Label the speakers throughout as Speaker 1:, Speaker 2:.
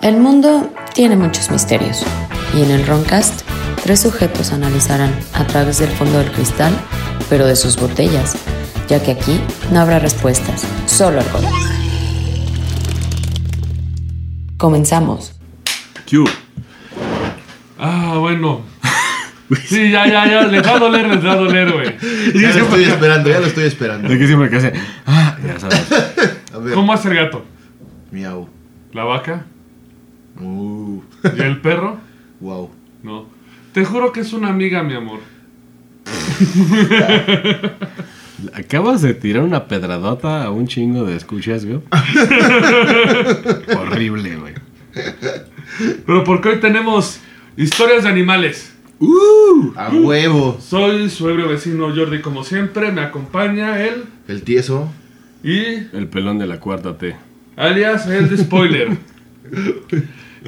Speaker 1: El mundo tiene muchos misterios y en el Roncast tres sujetos analizarán a través del fondo del cristal, pero de sus botellas, ya que aquí no habrá respuestas, solo alcohol. Comenzamos.
Speaker 2: Q. Ah, bueno. Sí, ya, ya, ya. Les da a doler, les da a doler, güey.
Speaker 3: Ya
Speaker 4: Ya
Speaker 3: lo siempre-
Speaker 4: lo
Speaker 2: pues.
Speaker 4: estoy esperando, ya lo estoy esperando.
Speaker 3: Es que siempre que hace. Ah, ya sabes.
Speaker 4: A ver.
Speaker 2: ¿Cómo hace el gato?
Speaker 4: Miau.
Speaker 2: ¿La vaca?
Speaker 4: Uh,
Speaker 2: ¿Y el perro?
Speaker 4: wow.
Speaker 2: No. Te juro que es una amiga, mi amor.
Speaker 3: Acabas de tirar una pedradota a un chingo de escuchas, güey. Horrible, güey.
Speaker 2: Pero porque hoy tenemos historias de animales.
Speaker 3: Uh.
Speaker 4: A huevo.
Speaker 2: Soy su ebrio vecino Jordi, como siempre. Me acompaña él
Speaker 4: El tieso.
Speaker 2: y
Speaker 3: El pelón de la cuarta T.
Speaker 2: alias el de spoiler.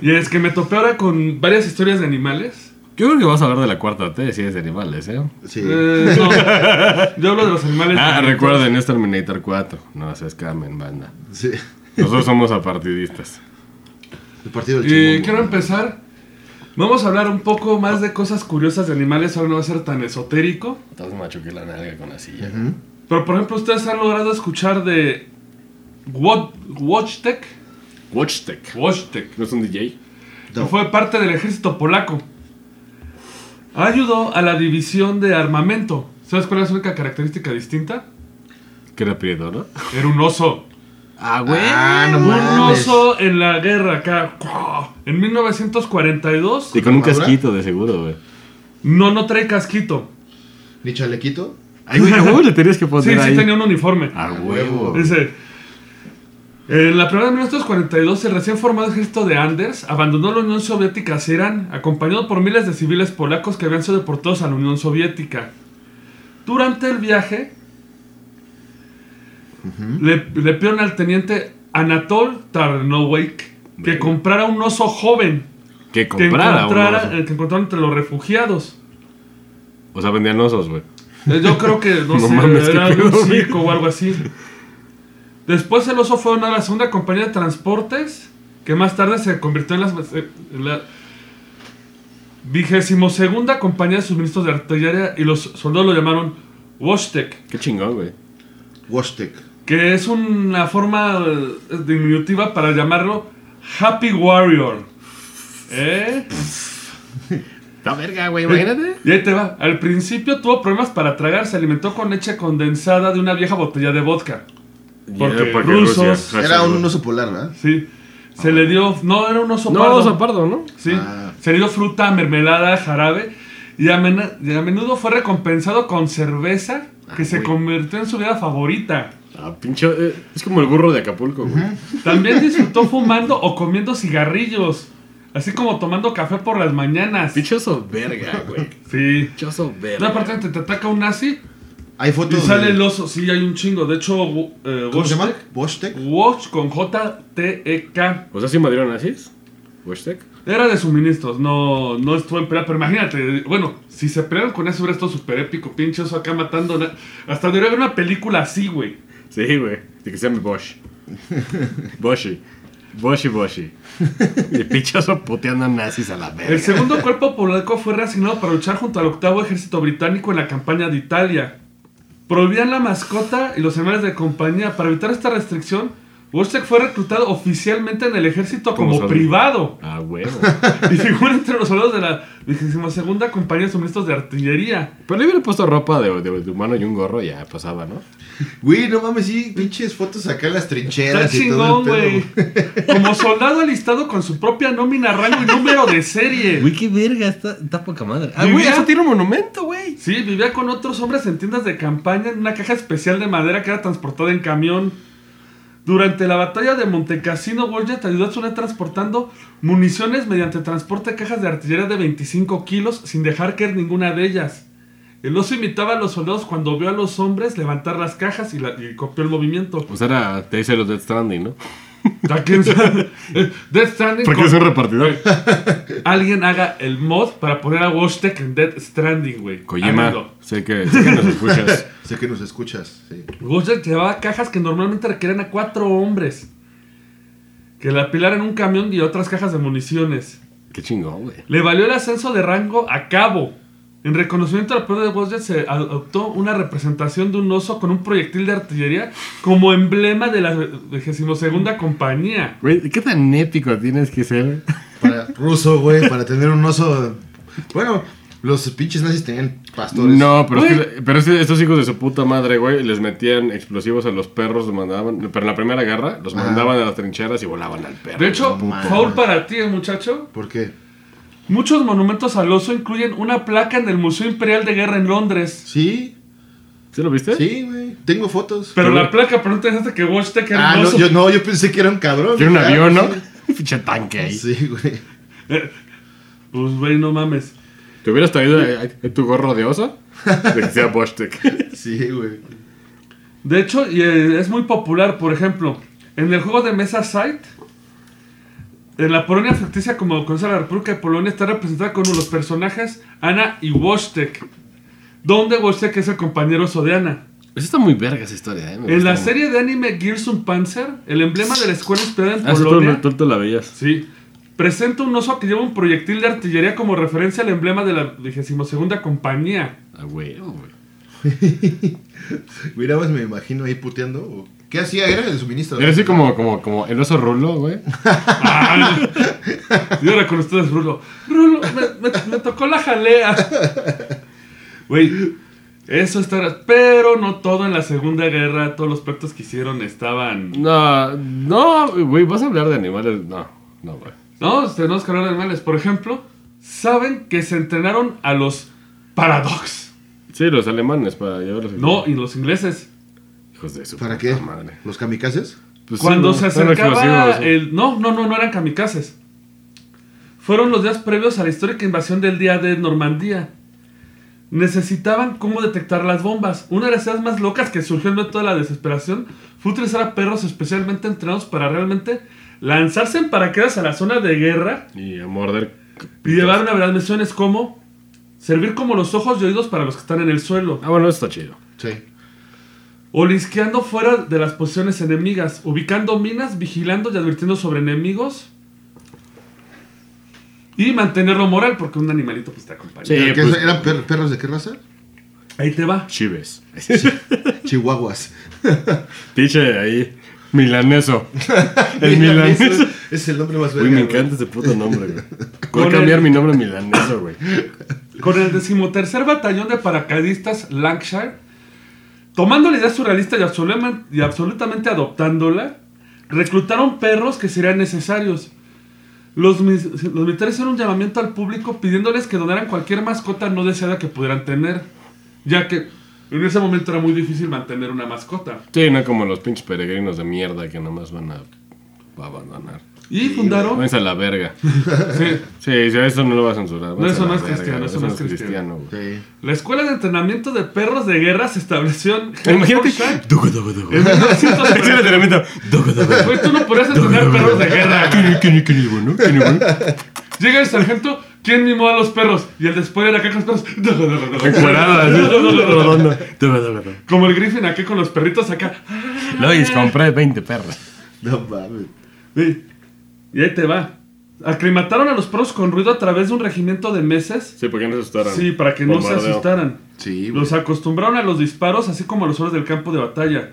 Speaker 2: Y es que me topé ahora con varias historias de animales.
Speaker 3: Yo creo que vas a hablar de la cuarta T si eres de animales, ¿eh?
Speaker 4: Sí.
Speaker 2: Eh, no. Yo hablo de los animales.
Speaker 3: Ah,
Speaker 2: bonitos.
Speaker 3: recuerden, es Terminator 4. No, se escamen, banda.
Speaker 4: sí.
Speaker 3: Nosotros somos apartidistas.
Speaker 4: El partido del
Speaker 2: Y
Speaker 4: chingón.
Speaker 2: Eh, quiero empezar. Vamos a hablar un poco más de cosas curiosas de animales. Ahora no va a ser tan esotérico.
Speaker 3: Estás macho que la nalga con la silla.
Speaker 4: Ujú.
Speaker 2: Pero por ejemplo, ustedes han logrado escuchar de Wat- Watchtech.
Speaker 3: Watchtech.
Speaker 2: Watchtech.
Speaker 3: ¿No es un DJ?
Speaker 2: que
Speaker 4: No.
Speaker 2: fue parte del ejército polaco. Ayudó a la división de armamento. ¿Sabes cuál es la única característica distinta?
Speaker 3: Que era prieto, ¿no?
Speaker 2: Era un oso.
Speaker 3: Ah,
Speaker 4: Ah, no
Speaker 2: Un
Speaker 4: mames.
Speaker 2: oso en la guerra acá. En 1942.
Speaker 3: Y con un
Speaker 4: ¿Armadura?
Speaker 3: casquito, de seguro, güey.
Speaker 2: No, no trae casquito.
Speaker 4: Ni chalequito.
Speaker 3: Ay, güey, ¿cómo le tenías que
Speaker 2: Sí,
Speaker 3: poner ahí?
Speaker 2: sí tenía un uniforme.
Speaker 3: A Ah, huevo.
Speaker 2: Dice, en la primera de 1942, el recién formado ejército de Anders abandonó la Unión Soviética hacia Irán, acompañado por miles de civiles polacos que habían sido deportados a la Unión Soviética. Durante el viaje, le, le pidieron al teniente Anatol Tarnowik que
Speaker 3: Bueno.
Speaker 2: comprara un oso joven
Speaker 3: Que
Speaker 2: que,
Speaker 3: comprara un
Speaker 2: encontrara-
Speaker 3: oso.
Speaker 2: eh, que encontraron entre los refugiados.
Speaker 3: O sea, vendían osos, güey.
Speaker 2: Eh, Yo creo que, no,
Speaker 3: No
Speaker 2: sé,
Speaker 3: mames, qué
Speaker 2: era
Speaker 3: pedo,
Speaker 2: un
Speaker 3: güey.
Speaker 2: circo o algo así. Después el oso fue una, la segunda compañía de transportes, que más tarde se convirtió en, las- en la vigésimo segunda compañía de suministros de artillería y los soldados lo llamaron Washtek,
Speaker 3: Qué chingón, güey.
Speaker 4: Washtec.
Speaker 2: que es una forma eh, diminutiva para llamarlo Happy Warrior. ¿Eh?
Speaker 3: La verga, güey,
Speaker 2: Y ahí te va. Al principio tuvo problemas para tragar, se alimentó con leche condensada de una vieja botella de vodka. Porque rusos-
Speaker 4: Era un oso polar, ¿verdad?
Speaker 2: Sí. Se le dio. No, era un oso
Speaker 3: No,
Speaker 2: pardo.
Speaker 3: oso pardo, ¿no?
Speaker 2: Sí.
Speaker 4: Ah.
Speaker 2: Se le dio fruta, mermelada, jarabe. Y a, mena- y a menudo fue recompensado con cerveza que se
Speaker 3: Ah, güey.
Speaker 2: convirtió en su vida favorita.
Speaker 3: Ah, pinche. eh, es como el burro de Acapulco, güey.
Speaker 2: También disfrutó fumando o comiendo cigarrillos. Así como tomando café por las mañanas.
Speaker 3: Pinche oso verga, güey.
Speaker 2: Sí.
Speaker 3: Pinche oso verga.
Speaker 2: Otra parte te, te ataca un nazi
Speaker 4: Hay
Speaker 2: y
Speaker 4: fotos.
Speaker 2: sale
Speaker 4: de-
Speaker 2: el oso. Sí, hay un chingo. De hecho, wu- eh,
Speaker 4: ¿Cómo se llama?
Speaker 2: Wojtek-
Speaker 4: Washtec.
Speaker 2: Woj con J-T-E-K.
Speaker 3: O sea, sí invadieron nazis. Washtec.
Speaker 2: Era de suministros, no, no estuvo en pelea, pero imagínate, bueno, si se pelearon con eso hubiera estado súper épico, pinche oso acá matando, na- hasta debería haber una película así, güey.
Speaker 3: Sí, güey. De que se llame Bosch. Boshi. Boshi, Boshi. Y el pinche oso puteando a nazis a la
Speaker 2: El
Speaker 3: verga.
Speaker 2: segundo cuerpo polaco fue reasignado para luchar junto al octavo ejército británico en la campaña de Italia. Prohibían la mascota y los animales de compañía. Para evitar esta restricción, Wojtek fue reclutado oficialmente en el ejército
Speaker 3: Como
Speaker 2: como
Speaker 3: soldado.
Speaker 2: privado
Speaker 3: Ah, huevo.
Speaker 2: y figura entre los soldados de la 22 compañía de suministros de artillería.
Speaker 3: Pero le hubiera puesto ropa de, de- de humano y un gorro y ya pasaba, ¿no?
Speaker 4: Güey, no mames, sí, pinches fotos acá en las
Speaker 2: Está
Speaker 4: trincheras y
Speaker 2: chingón,
Speaker 4: todo el
Speaker 2: güey.
Speaker 4: pedo.
Speaker 2: Como soldado alistado con su propia nómina, rango y número de serie.
Speaker 3: Güey, qué verga, está, está poca madre.
Speaker 2: Ah, güey, eso
Speaker 3: tiene un monumento, güey.
Speaker 2: Sí, vivía con otros hombres en tiendas de campaña en una caja especial de madera que era transportada en camión. Durante la batalla de Montecassino, Woljet ayudó a Tsuné transportando municiones mediante transporte de cajas de artillería de 25 kilos sin dejar caer ninguna de ellas. El oso imitaba a los soldados cuando vio a los hombres levantar las cajas y, la- y copió el movimiento.
Speaker 3: Pues era, te dice los Death Stranding, ¿no?
Speaker 2: ¿A quién sabe? Eh, Death Stranding
Speaker 3: Porque
Speaker 2: con-
Speaker 3: es un repartidor.
Speaker 2: Alguien haga el mod para poner a Washtek en Dead Stranding, güey.
Speaker 3: Kojima, sé que, sé que nos escuchas.
Speaker 4: Sé que nos escuchas. Sí.
Speaker 2: Washtek llevaba cajas que normalmente requerían a cuatro hombres. Que que la apilaran un camión y otras cajas de municiones.
Speaker 3: Qué chingón, güey.
Speaker 2: Le valió el ascenso de rango a cabo. En reconocimiento a la pérdida de Wozniak se adoptó una representación de un oso con un proyectil de artillería como emblema de la 22 compañía.
Speaker 3: Güey, ¿qué tan épico tienes que ser?
Speaker 4: Para ruso, güey, para tener un oso. Bueno, los pinches nazis tenían pastores.
Speaker 3: No, pero, es
Speaker 2: Güey.
Speaker 3: que- pero es que estos hijos de su puta madre, güey, les metían explosivos a los perros, los mandaban, pero en la primera guerra los
Speaker 4: Ajá.
Speaker 3: mandaban a las trincheras y volaban al perro.
Speaker 2: De hecho,
Speaker 4: No mames.
Speaker 2: foul para ti, eh, muchacho.
Speaker 4: ¿Por qué?
Speaker 2: Muchos monumentos al oso incluyen una placa en el Museo Imperial de Guerra en Londres.
Speaker 4: Sí,
Speaker 3: ¿Sí lo viste?
Speaker 4: sí, güey. Tengo fotos.
Speaker 2: Pero
Speaker 3: Pero-
Speaker 2: la placa, pero no te dejaste que Wozniak era
Speaker 4: ah,
Speaker 2: un
Speaker 4: no
Speaker 2: oso.
Speaker 4: yo, no, yo pensé que era un cabrón.
Speaker 3: Tiene un
Speaker 4: Ah,
Speaker 3: avión, ¿no?
Speaker 4: sí.
Speaker 3: Pinche tanque ahí.
Speaker 4: Sí, güey.
Speaker 2: Pues, güey, no mames.
Speaker 3: ¿Te hubieras traído eh, eh, tu gorro de oso? De que sea Boschtek.
Speaker 4: Sí, güey.
Speaker 2: De hecho, y, eh, es muy popular, por ejemplo, en el juego de mesa Sight, en la Polonia ficticia como conoce la República de Polonia, está representada con los personajes Ana y Wojtek, donde Wojtek es el compañero oso de Ana.
Speaker 3: Eso está muy verga esa historia, ¿eh? me
Speaker 2: En
Speaker 3: gusta
Speaker 2: la
Speaker 3: mucho.
Speaker 2: serie de anime Gears of Panzer, el emblema de la escuela inspirada en
Speaker 3: Ah, sí, tú,
Speaker 2: Polonia,
Speaker 3: tú- tú la veías.
Speaker 2: sí, presenta un oso que lleva un proyectil de artillería como referencia al emblema de la 22 compañía.
Speaker 3: Ah, güey, oh, güey.
Speaker 4: Mira, pues me imagino ahí puteando. o- ¿Qué hacía? Era el suministro.
Speaker 3: Era así como, como, como el oso rulo, güey.
Speaker 2: Ah, y ahora con ustedes, Rulo. Rulo, me, me- me tocó la jalea. Güey, eso está. Pero no todo en la Segunda Guerra, todos los pactos que hicieron estaban.
Speaker 3: No, no, güey, vas a hablar de animales. No, no, güey.
Speaker 2: No, tenemos que hablar de animales. Por ejemplo, saben que se entrenaron a los Paradox.
Speaker 3: Sí, los alemanes para llevarlos aquí.
Speaker 2: No, y los ingleses.
Speaker 3: Hijos de su puta
Speaker 4: ¿Para qué?
Speaker 3: Ah, madre.
Speaker 4: ¿Los kamikazes?
Speaker 3: Pues sí,
Speaker 2: Cuando
Speaker 3: no,
Speaker 2: se
Speaker 3: están
Speaker 2: acercaba
Speaker 3: explosivos, sí.
Speaker 2: el... No, no, no, no eran kamikazes. Fueron los días previos a la histórica invasión del día de Normandía. Necesitaban cómo detectar las bombas. Una de las ideas más locas que surgió en medio de toda la desesperación fue utilizar a perros especialmente entrenados para realmente lanzarse en paracaídas a la zona de guerra
Speaker 3: Y a morder.
Speaker 2: y llevar una verdad misiones como servir como los ojos y oídos para los que están en el suelo.
Speaker 3: Ah, bueno, eso está chido.
Speaker 4: Sí.
Speaker 2: Olisqueando fuera de las posiciones enemigas, ubicando minas, vigilando y advirtiendo sobre enemigos. Y mantenerlo moral, porque un animalito pues te acompaña.
Speaker 3: Sí.
Speaker 4: ¿Pero qué
Speaker 3: pues-
Speaker 4: es- ¿Eran per- perros de qué raza?
Speaker 2: Ahí te va.
Speaker 3: Chives.
Speaker 4: Chihuahuas.
Speaker 3: Tiche ahí. Milaneso. El milaneso.
Speaker 4: Es el nombre más
Speaker 3: Güey, me
Speaker 4: verga,
Speaker 3: encanta ese puto nombre, güey.
Speaker 2: Con
Speaker 3: Voy a cambiar
Speaker 2: el-
Speaker 3: mi nombre a milaneso, güey.
Speaker 2: Con el decimotercer batallón de paracaidistas Lancashire, tomando la idea surrealista y, absolumen- y absolutamente adoptándola, reclutaron perros que serían necesarios. Los, mis- los militares hicieron un llamamiento al público pidiéndoles que donaran cualquier mascota no deseada que pudieran tener, ya que en ese momento era muy difícil mantener una mascota.
Speaker 3: Sí, no como los pinches peregrinos de mierda que nomás van a a abandonar.
Speaker 2: Y fundaron...
Speaker 3: Váyanse a la verga.
Speaker 2: sí,
Speaker 3: Sí, sí, eso no lo va a censurar.
Speaker 2: No, eso
Speaker 3: Váyanse a
Speaker 2: no
Speaker 3: la
Speaker 2: es
Speaker 3: verga,
Speaker 2: cristiano, eso no es cristiano.
Speaker 3: güey.
Speaker 4: güey. Sí.
Speaker 2: la escuela de entrenamiento de perros de guerra se estableció en
Speaker 3: Imagínate.
Speaker 2: Hertfordshire
Speaker 3: Dugo, dugo, dugo.
Speaker 2: en 1900.
Speaker 3: Sí, le termino. Dugo, dugo.
Speaker 2: Güey, tú no podrías entrenar perros de guerra.
Speaker 3: ¿Quién- quién- quién es bueno? ¿Quién es bueno?
Speaker 2: Llega el sargento, ¿quién mimó a los perros? Y el después era acá con los
Speaker 3: Encuerada, así,
Speaker 2: perros.
Speaker 3: rodando. Dugo, dugo, dugo.
Speaker 2: Como el Griffin aquí con los perritos acá.
Speaker 3: Lois, compré 20 perros.
Speaker 4: No mames.
Speaker 2: Sí. Y ahí te va. Aclimataron a los perros con ruido a través de un regimiento de meses.
Speaker 3: Sí, para que no se asustaran.
Speaker 2: Sí, para que no se
Speaker 3: Bombardeo.
Speaker 2: asustaran.
Speaker 4: Sí, güey.
Speaker 2: Los acostumbraron a los disparos, así como a los horas del campo de batalla.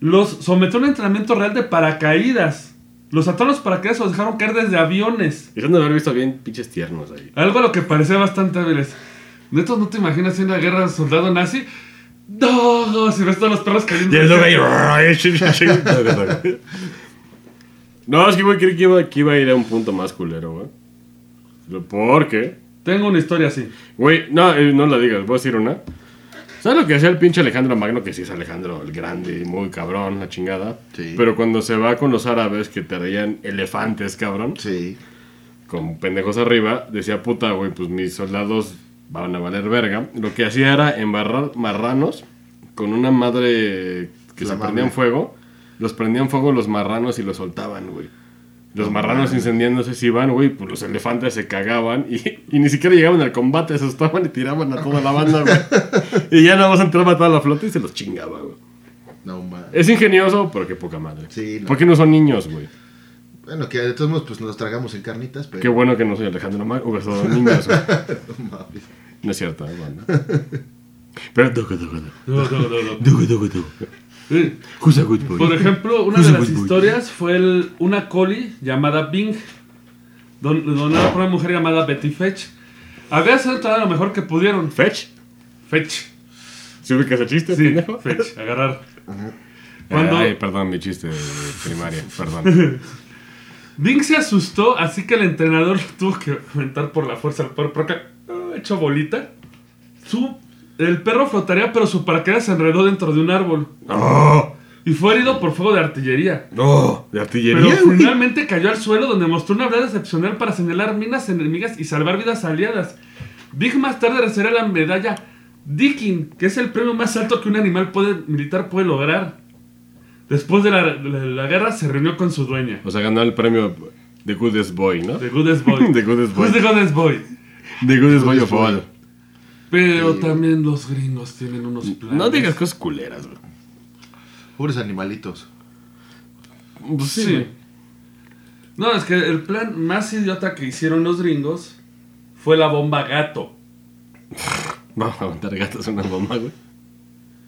Speaker 2: Los sometió a un entrenamiento real de paracaídas. Los ataron a los paracaídas y los dejaron caer desde aviones.
Speaker 3: Y se han de haber visto bien pinches tiernos ahí.
Speaker 2: Algo a lo que parecía bastante hábiles. Netos, ¿no te imaginas en la guerra soldado nazi? No, no, si ves todos los perros cayendo.
Speaker 3: Y el dugo ahí. Dugo, dugo. No, es que güey, creí que iba, que iba a ir a un punto más culero, güey. ¿Por qué?
Speaker 2: Tengo una historia así.
Speaker 3: Güey, no, eh, no la digas, voy a decir una. ¿Sabes lo que hacía el pinche Alejandro Magno? Que sí es Alejandro el Grande, y muy cabrón, la chingada.
Speaker 4: Sí.
Speaker 3: Pero cuando se va con los árabes que traían elefantes, cabrón,
Speaker 4: Sí.
Speaker 3: con pendejos arriba, decía, puta, güey, pues mis soldados van a valer verga. Lo que hacía era embarrar marranos con una madre que se
Speaker 4: Flamable.
Speaker 3: prendía en fuego. Los prendían fuego los marranos y los soltaban, güey. Los marranos incendiándose se iban, güey, pues los elefantes se cagaban y, y ni siquiera llegaban al combate, se asustaban y tiraban a toda la banda, güey. Y ya nada más entraba toda la flota y se los chingaba, güey.
Speaker 4: No mames.
Speaker 3: Es ingenioso, pero qué poca madre.
Speaker 4: Sí, no.
Speaker 3: ¿Por qué no son niños, güey?
Speaker 4: Bueno, que de todos modos, pues nos los tragamos en carnitas, pero.
Speaker 3: Qué bueno que no soy Alejandro Magno, hubiera estado niñas, güey.
Speaker 4: No mames.
Speaker 3: No es cierto, ¿eh, banda? Pero dugu, dugu, dugu.
Speaker 2: No, no, no, no.
Speaker 3: Dugu, dugu, dugu.
Speaker 2: Eh,
Speaker 3: Who's a good boy?
Speaker 2: Por ejemplo, una
Speaker 3: Who's
Speaker 2: de
Speaker 3: a
Speaker 2: las
Speaker 3: good boy?
Speaker 2: historias fue el- una coli llamada Bing, don- donada por una mujer llamada Betty Fetch. Había sido todo lo mejor que pudieron.
Speaker 3: Fetch.
Speaker 2: Fetch.
Speaker 3: ¿Se ubicas el chiste,
Speaker 2: Sí,
Speaker 3: pendejo?
Speaker 2: Fetch, agarrar. Cuando-
Speaker 3: Cuando... Eh, Ay, perdón, mi chiste de primaria, perdón.
Speaker 2: Bing se asustó, así que el entrenador lo tuvo que aventar por la fuerza al perro, pero acá, ah, hecho bolita. Su, el perro flotaría, pero su paracaídas se enredó dentro de un árbol
Speaker 3: ¡No!
Speaker 2: y fue herido por fuego de artillería.
Speaker 3: ¡No! De
Speaker 2: Pero
Speaker 3: artillería, güey.
Speaker 2: finalmente cayó al suelo donde mostró una habilidad excepcional para señalar minas enemigas y salvar vidas aliadas. Big más tarde recibirá la medalla Dickin, que es el premio más alto que un animal puede, militar puede lograr. Después de la, de la guerra se reunió con su dueña,
Speaker 3: O sea, ganó el premio The Goodest Boy, ¿no?
Speaker 2: The Goodest Boy.
Speaker 3: The Goodest Boy.
Speaker 2: Who's the Goodest Boy?
Speaker 3: The Goodest Boy of
Speaker 4: Goodest Boy.
Speaker 3: All.
Speaker 2: Pero también los gringos tienen unos planes.
Speaker 3: No digas cosas culeras, güey.
Speaker 4: Pobres animalitos.
Speaker 3: Pues
Speaker 2: Sí.
Speaker 3: sí. güey.
Speaker 2: No, es que el plan más idiota que hicieron los gringos fue la bomba gato.
Speaker 3: Vamos a aventar gatos en una bomba, güey.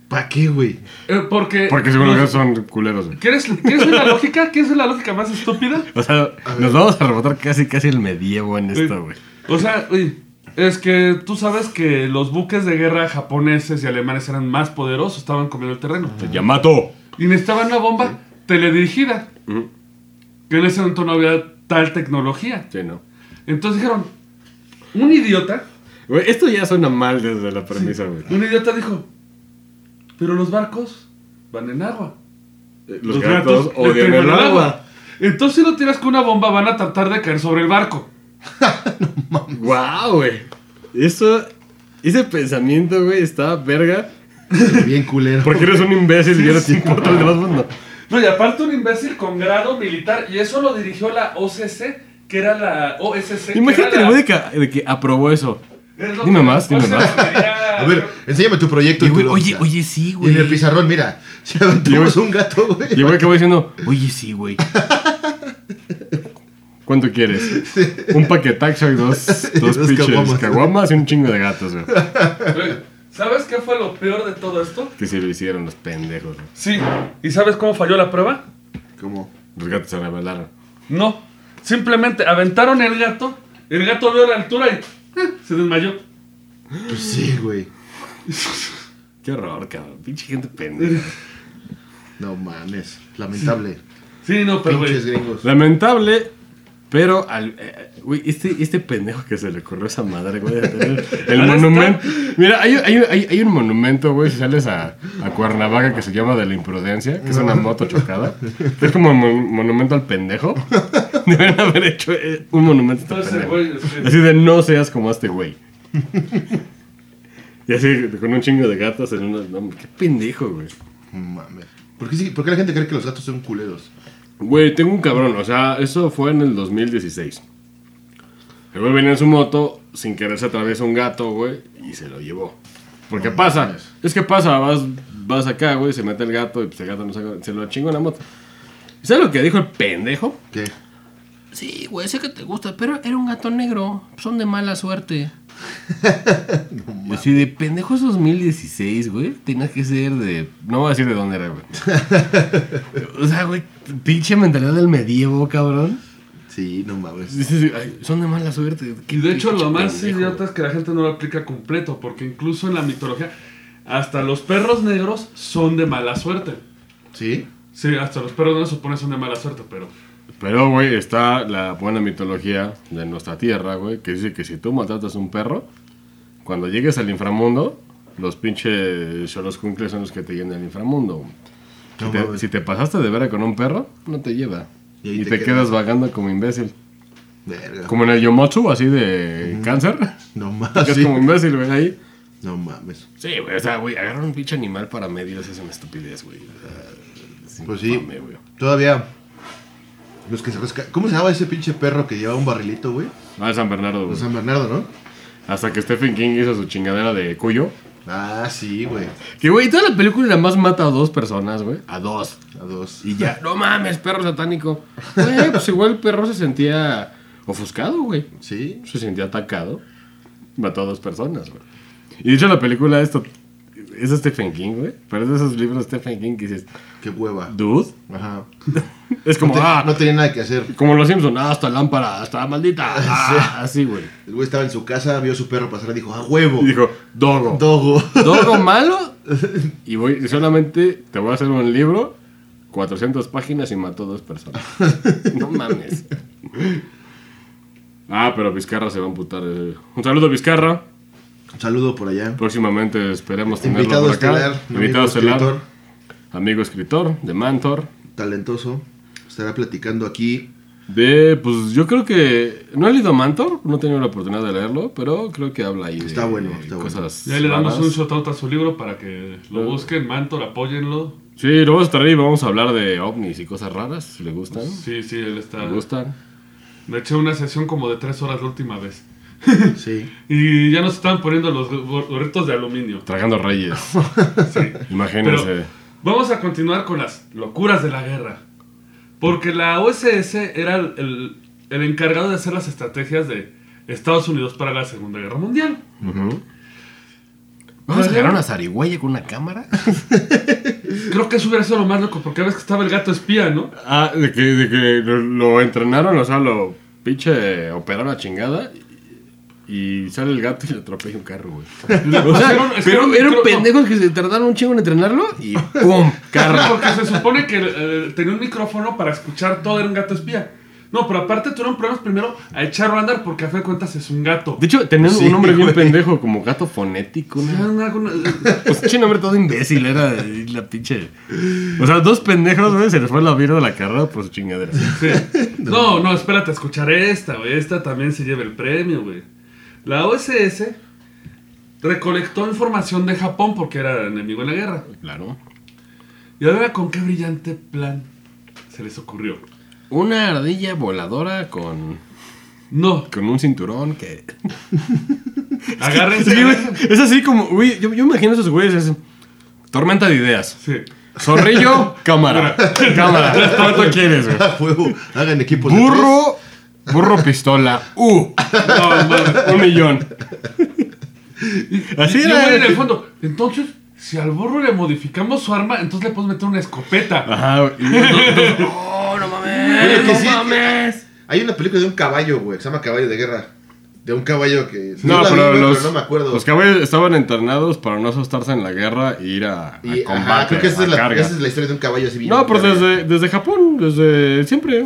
Speaker 4: ¿Para qué, güey?
Speaker 2: Eh, porque.
Speaker 3: Porque según los
Speaker 2: los-
Speaker 3: gatos son culeros, güey.
Speaker 2: ¿Quieres, ¿Quieres ver la lógica? ¿Quieres ver la lógica más estúpida?
Speaker 3: O sea, nos vamos a rebotar casi, casi el medievo en esto, güey.
Speaker 2: O sea, uy, es que tú sabes que los buques de guerra japoneses y alemanes eran más poderosos, estaban comiendo el terreno.
Speaker 3: Yamato.
Speaker 2: Y necesitaban una bomba teledirigida.
Speaker 3: Ujú.
Speaker 2: Que en ese momento no había tal tecnología.
Speaker 3: Sí, no.
Speaker 2: Entonces dijeron, un idiota,
Speaker 3: Güey, esto ya suena mal desde la premisa, güey.
Speaker 2: un idiota dijo, pero los barcos van en agua.
Speaker 3: Eh, Los, gatos,
Speaker 2: le
Speaker 3: odian
Speaker 2: temen
Speaker 3: el agua.
Speaker 2: Entonces si lo tiras con una bomba van a tratar de caer sobre el barco.
Speaker 3: Guau, güey. Eso, ese pensamiento, güey, está verga.
Speaker 4: Bien culero.
Speaker 3: Porque eres un imbécil y eres importa el demás mundo.
Speaker 2: No, y aparte un imbécil con grado militar, y eso lo dirigió la OCC, que era la OSC. que
Speaker 3: Imagínate
Speaker 2: era
Speaker 3: el
Speaker 2: la-
Speaker 3: güey de que, de que aprobó eso.
Speaker 2: es lo
Speaker 3: Dime
Speaker 2: que-
Speaker 3: más, dime
Speaker 2: pues,
Speaker 3: más.
Speaker 2: era-
Speaker 4: A ver, enséñame tu proyecto.
Speaker 3: Y
Speaker 4: y
Speaker 3: güey,
Speaker 4: tu
Speaker 3: oye,
Speaker 4: lógica.
Speaker 3: oye, sí,
Speaker 4: Y en el
Speaker 3: güey.
Speaker 4: pizarrón, mira, si aventamos un gato,
Speaker 3: Y el
Speaker 4: güey.
Speaker 3: güey que va diciendo, oye, sí, güey. ¿Cuánto quieres? Un paquetaxo y dos, dos,
Speaker 4: Dos
Speaker 3: pinches
Speaker 4: caguamas.
Speaker 3: caguamas y un chingo de gatos, güey.
Speaker 2: Güey, ¿Sabes qué fue lo peor de todo esto?
Speaker 3: Que se lo hicieron los pendejos, güey.
Speaker 2: Sí. ¿Y sabes cómo falló la prueba?
Speaker 4: ¿Cómo?
Speaker 3: Los gatos se rebelaron.
Speaker 2: No, simplemente aventaron el gato, el gato vio la altura y eh, se desmayó.
Speaker 4: Pues sí, güey.
Speaker 3: Qué horror, cabrón. Pinche gente pendeja.
Speaker 4: No mames. Lamentable.
Speaker 2: Sí, no, pero
Speaker 4: Pinches
Speaker 2: güey.
Speaker 4: gringos.
Speaker 3: Lamentable, pero al. eh, Güey, este, este pendejo que se le ocurrió esa madre, güey. de tener El
Speaker 2: Ahora
Speaker 3: monumento. Mira, hay, hay, hay, hay un monumento, güey, si sales a, a Cuernavaca que se llama de la imprudencia, que es una moto chocada. que es como un mon- monumento al pendejo. Deben haber hecho eh, un monumento a este
Speaker 2: Entonces,
Speaker 3: pendejo.
Speaker 2: güey, este-
Speaker 3: Así de no seas como este güey. Y así, con un chingo de gatos en una. no, qué pendejo, güey.
Speaker 4: Mames. ¿Por qué, sí- por qué la gente cree que los gatos son culeros?
Speaker 3: Güey, tengo un cabrón, o sea, eso fue en el 2016. El güey venía en su moto, sin querer se atraviesa un gato, güey, y se lo llevó. Porque
Speaker 4: No
Speaker 3: pasa,
Speaker 4: mames.
Speaker 3: es que pasa, vas, vas acá, güey, se mete el gato y pues, el gato no saca, se lo chingo en la moto. ¿Y ¿Sabes lo que dijo el pendejo?
Speaker 4: ¿Qué?
Speaker 3: Sí, güey, sé que te gusta, pero era un gato negro, son de mala suerte. Si de pendejos 2016, güey, tenías que ser de... No voy a decir de dónde era, güey. o sea, güey, pinche mentalidad del medievo, cabrón.
Speaker 4: Sí, no mames.
Speaker 3: Sí, sí, Pues sí, ay, son de mala suerte.
Speaker 2: Y de hecho lo más
Speaker 3: Pendejo.
Speaker 2: idiota es que la gente no lo aplica completo, porque incluso en la mitología, hasta los perros negros son de mala suerte.
Speaker 4: ¿Sí?
Speaker 2: Sí, hasta los perros negros se supone son de mala suerte, pero...
Speaker 3: Pero, güey, está la buena mitología de nuestra tierra, güey, que dice que si tú maltratas a un perro, cuando llegues al inframundo, los pinches solos cuncles son los que te llenan al inframundo. güey. Si
Speaker 4: No
Speaker 3: te,
Speaker 4: mames.
Speaker 3: si te pasaste de vera con un perro, no te lleva.
Speaker 4: Y
Speaker 3: Y,
Speaker 4: ahí
Speaker 3: te,
Speaker 4: te
Speaker 3: quedas.
Speaker 4: quedas.
Speaker 3: vagando como imbécil.
Speaker 4: Verga.
Speaker 3: Como en el Yomotsu, así de cáncer.
Speaker 4: No
Speaker 3: Que
Speaker 4: mames.
Speaker 3: es como imbécil, güey, ahí.
Speaker 4: No mames.
Speaker 3: Sí, güey, o sea, güey, agarrar un pinche animal para medios es una estupidez, güey. O sea, es
Speaker 4: Pues sí.
Speaker 3: infame, güey.
Speaker 4: Todavía. Los que se resca- ¿Cómo se llama ese pinche perro que llevaba un barrilito, güey?
Speaker 3: Ah, San Bernardo,
Speaker 4: Los
Speaker 3: güey.
Speaker 4: San Bernardo, ¿no?
Speaker 3: Hasta que Stephen King hizo su chingadera de cuyo.
Speaker 4: Ah, sí, güey.
Speaker 3: Que, güey, toda la película nada más mata a dos personas, güey. A dos.
Speaker 4: A dos.
Speaker 3: Y ya. No mames, perro satánico. Güey, pues igual el perro se sentía ofuscado, güey.
Speaker 4: Sí.
Speaker 3: Se sentía atacado. Mató a dos personas, güey. Y de hecho, la película esto es de Stephen King, güey. Pero es de esos libros de Stephen King que dices,
Speaker 4: Qué hueva.
Speaker 3: dude.
Speaker 4: Ajá.
Speaker 3: Es
Speaker 4: No,
Speaker 3: como,
Speaker 4: te-
Speaker 3: ah,
Speaker 4: no tenía nada que hacer.
Speaker 3: como los Simpson, ah, hasta lámpara, hasta maldita. Ah, así, güey.
Speaker 4: El güey estaba en su casa, vio a su perro pasar y dijo, ¡a huevo!
Speaker 3: Y dijo, dogo.
Speaker 4: Dogo.
Speaker 3: Dogo malo. Y voy, solamente te voy a hacer un libro, 400 páginas y mató dos personas. No mames. Ah, pero Vizcarra se va a amputar. eh. Un saludo, Vizcarra.
Speaker 4: Un saludo por allá.
Speaker 3: Próximamente esperemos tenerlo
Speaker 4: Invitado
Speaker 3: por acá.
Speaker 4: estelar.
Speaker 3: Invitado
Speaker 4: Invitado
Speaker 3: estelar.
Speaker 4: escritor.
Speaker 3: Amigo escritor de Mantor.
Speaker 4: Talentoso. Estará platicando aquí.
Speaker 3: De, pues yo creo que. No he leído Mantor, no he tenido la oportunidad de leerlo, pero creo que habla ahí. de-
Speaker 4: Está bueno,
Speaker 3: de
Speaker 4: está bueno.
Speaker 3: cosas
Speaker 2: Y ahí le damos
Speaker 3: raras.
Speaker 2: un shoutout a su libro para que lo busquen. Mantor, apóyenlo.
Speaker 3: Sí, lo vamos a traer y vamos a hablar de ovnis y cosas raras. si ¿Le gustan?
Speaker 2: Sí, sí, él está.
Speaker 3: ¿Le gustan?
Speaker 2: Me eché una sesión como de tres horas la última vez.
Speaker 4: Sí.
Speaker 2: Y ya nos estaban poniendo los gor- gorritos de aluminio.
Speaker 3: Tragando reyes.
Speaker 2: Sí.
Speaker 3: Imagínense.
Speaker 2: Pero vamos a continuar con las locuras de la guerra. Porque la OSS era el, el- el encargado de hacer las estrategias de Estados Unidos para la Segunda Guerra Mundial.
Speaker 3: Ujú. ¿Vamos a llegar a una zarigüeya con una cámara?
Speaker 2: Creo que eso hubiera sido lo más loco, porque ves que estaba el gato espía, ¿no?
Speaker 3: Ah, de que, de que lo, lo entrenaron, o sea, lo pinche operaron a chingada. Y sale el gato y le atropella un carro, güey. O
Speaker 2: pusieron-
Speaker 3: sea,
Speaker 2: es que era
Speaker 3: pero
Speaker 2: un
Speaker 3: eran
Speaker 2: micro-
Speaker 3: pendejos que se tardaron un chingo en entrenarlo y ¡pum! Carro.
Speaker 2: Porque se supone que eh, tenía un micrófono para escuchar todo, era un gato espía. No, pero aparte tuvieron problemas primero a echarlo a andar porque a fe de cuentas es un gato.
Speaker 3: De hecho, tenían
Speaker 4: Sí,
Speaker 3: un nombre bien
Speaker 4: güey.
Speaker 3: pendejo, como gato fonético.
Speaker 2: O sea,
Speaker 3: ¿no?
Speaker 2: una- una-
Speaker 3: Pues pinche nombre todo imbécil, era de la pinche. O sea, dos pendejos, güey, se les fue la vida de la carrera por su chingadera.
Speaker 2: Sí. No, no, espérate a escuchar esta, güey. Esta también se lleva el premio, güey. La OSS recolectó información de Japón porque era enemigo en la guerra.
Speaker 3: Claro.
Speaker 2: Y ahora con qué brillante plan se les ocurrió.
Speaker 3: Una ardilla voladora con,
Speaker 2: No,
Speaker 3: con un cinturón que.
Speaker 2: agárrense.
Speaker 3: Sí, güey,
Speaker 2: agárrense.
Speaker 3: es así como, güey, yo, yo imagino esos güeyes. es tormenta de ideas.
Speaker 2: Sí.
Speaker 3: Zorrillo, cámara. cámara. ¿Cuánto quieres, güey?
Speaker 4: A huevo. Hagan equipos de
Speaker 3: Burro, burro pistola. Uh,
Speaker 2: No, mames.
Speaker 3: un millón. Así
Speaker 2: Y yo,
Speaker 3: era.
Speaker 2: güey, en el fondo. Entonces, si al burro le modificamos su arma, entonces le podemos meter una escopeta.
Speaker 3: Ajá, güey. Y los dos- dos- ¡Oh, no mames!
Speaker 4: Oye, que
Speaker 3: ¡No
Speaker 4: sí.
Speaker 3: mames!
Speaker 4: tres. Hay una película de un caballo, güey. que Se llama Caballo de Guerra. De un caballo que.
Speaker 3: No,
Speaker 4: Yo la vi,
Speaker 3: pero
Speaker 4: güey,
Speaker 3: los,
Speaker 4: no me acuerdo.
Speaker 3: los caballos estaban internados para no asustarse en la guerra e ir a, a
Speaker 4: Y, ajá,
Speaker 3: combate.
Speaker 4: creo que esa
Speaker 3: a
Speaker 4: es, la,
Speaker 3: carga.
Speaker 4: esa es la historia de un caballo así bien.
Speaker 3: No, pues pero
Speaker 4: verga.
Speaker 3: desde, desde Japón, desde siempre.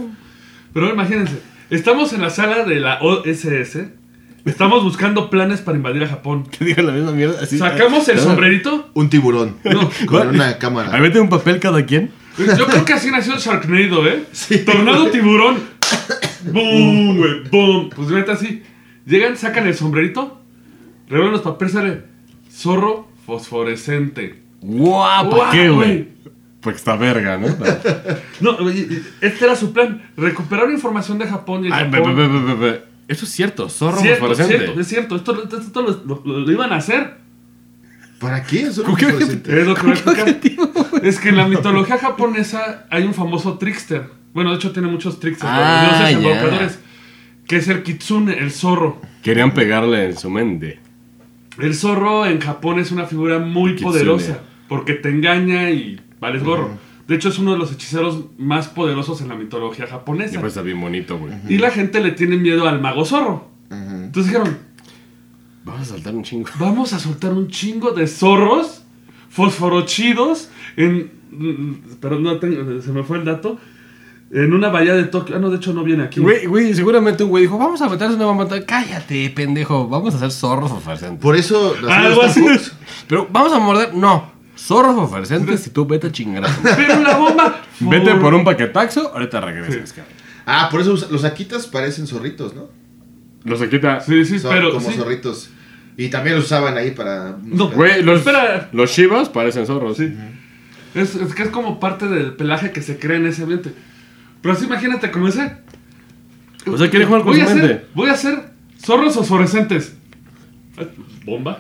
Speaker 2: Pero imagínense, estamos en la sala de la OSS. Estamos buscando planes para invadir a Japón.
Speaker 3: Que digan la misma mierda. así.
Speaker 2: Sacamos el
Speaker 3: Ah.
Speaker 2: sombrerito.
Speaker 4: Un tiburón.
Speaker 2: No.
Speaker 4: Con
Speaker 3: Va-
Speaker 4: una cámara.
Speaker 3: Ahí mete un papel cada quien.
Speaker 2: Yo creo que así nació el Sharknado, ¿eh?
Speaker 4: Sí.
Speaker 2: Tornado tiburón. ¡Bum, güey! ¡Bum! Pues neta así. Llegan, sacan el sombrerito, revelan los papeles, sale zorro fosforescente.
Speaker 3: ¡Guau!
Speaker 2: Guau,
Speaker 3: ¿Para qué,
Speaker 2: güey.
Speaker 3: güey? Porque Pues está verga, ¿no? No.
Speaker 2: No, y- y- este era su plan. Recuperar información de Japón y el
Speaker 3: Ay,
Speaker 2: Japón.
Speaker 3: ve, ve, ve, ve, ve. Eso es cierto, zorro
Speaker 2: Cierto,
Speaker 3: fosforescente.
Speaker 2: cierto, es cierto. Esto, esto- esto lo, lo- lo iban a hacer.
Speaker 4: ¿Para qué? Eso
Speaker 3: ¿Con qué
Speaker 4: no me parece.
Speaker 2: Es lo que voy a explicar. Es que en la mitología japonesa hay un famoso trickster. Bueno, de hecho tiene muchos tricksters,
Speaker 3: Ah,
Speaker 2: los dioses
Speaker 3: ya.
Speaker 2: embaucadores. Que es el kitsune, el zorro.
Speaker 3: Querían pegarle en su mente.
Speaker 2: El zorro en Japón es una figura muy
Speaker 3: Kitsune.
Speaker 2: poderosa porque te engaña y vales gorro. De hecho, es uno de los hechiceros más poderosos en la mitología
Speaker 3: Y
Speaker 2: japonesa.
Speaker 3: pues está bien bonito, güey.
Speaker 2: y la gente le tiene miedo al mago zorro.
Speaker 4: Ajá.
Speaker 2: Entonces dijeron,
Speaker 3: Vamos a saltar un chingo.
Speaker 2: vamos a soltar un chingo de zorros fosforochidos en... mm, Pero no tengo, se me fue el dato. En una bahía de Tokio. Ah, no, de hecho no viene aquí.
Speaker 3: Güey, güey, seguramente un güey dijo, vamos a meterse una mamata. Cállate, pendejo. Vamos a hacer zorros fosforescentes.
Speaker 4: Por eso. las
Speaker 2: Algo
Speaker 4: señoras
Speaker 2: así.
Speaker 4: tampoco-
Speaker 3: Pero vamos a morder. No. Zorros fosforescentes y tú vete a chingar. a tu madre.
Speaker 2: Pero la bomba...
Speaker 3: Vete por un paquetaxo, ahorita regresas, cabrón.
Speaker 4: Ah, por eso us- los saquitas parecen zorritos, ¿no?
Speaker 3: Los se quita.
Speaker 2: Sí, sí,
Speaker 4: Son
Speaker 2: pero...
Speaker 4: como
Speaker 2: sí.
Speaker 4: zorritos. Y también los usaban ahí para.
Speaker 2: No,
Speaker 3: Güey, los,
Speaker 2: Espera.
Speaker 3: los shivas parecen zorros.
Speaker 2: Sí. Es, es que es como parte del pelaje que se crea en ese ambiente. Pero así imagínate como ese.
Speaker 3: O sea, quiere jugar con
Speaker 2: voy
Speaker 3: su
Speaker 2: a
Speaker 3: mente.
Speaker 2: hacer- voy a hacer zorros fosforescentes. Ah, Bomba.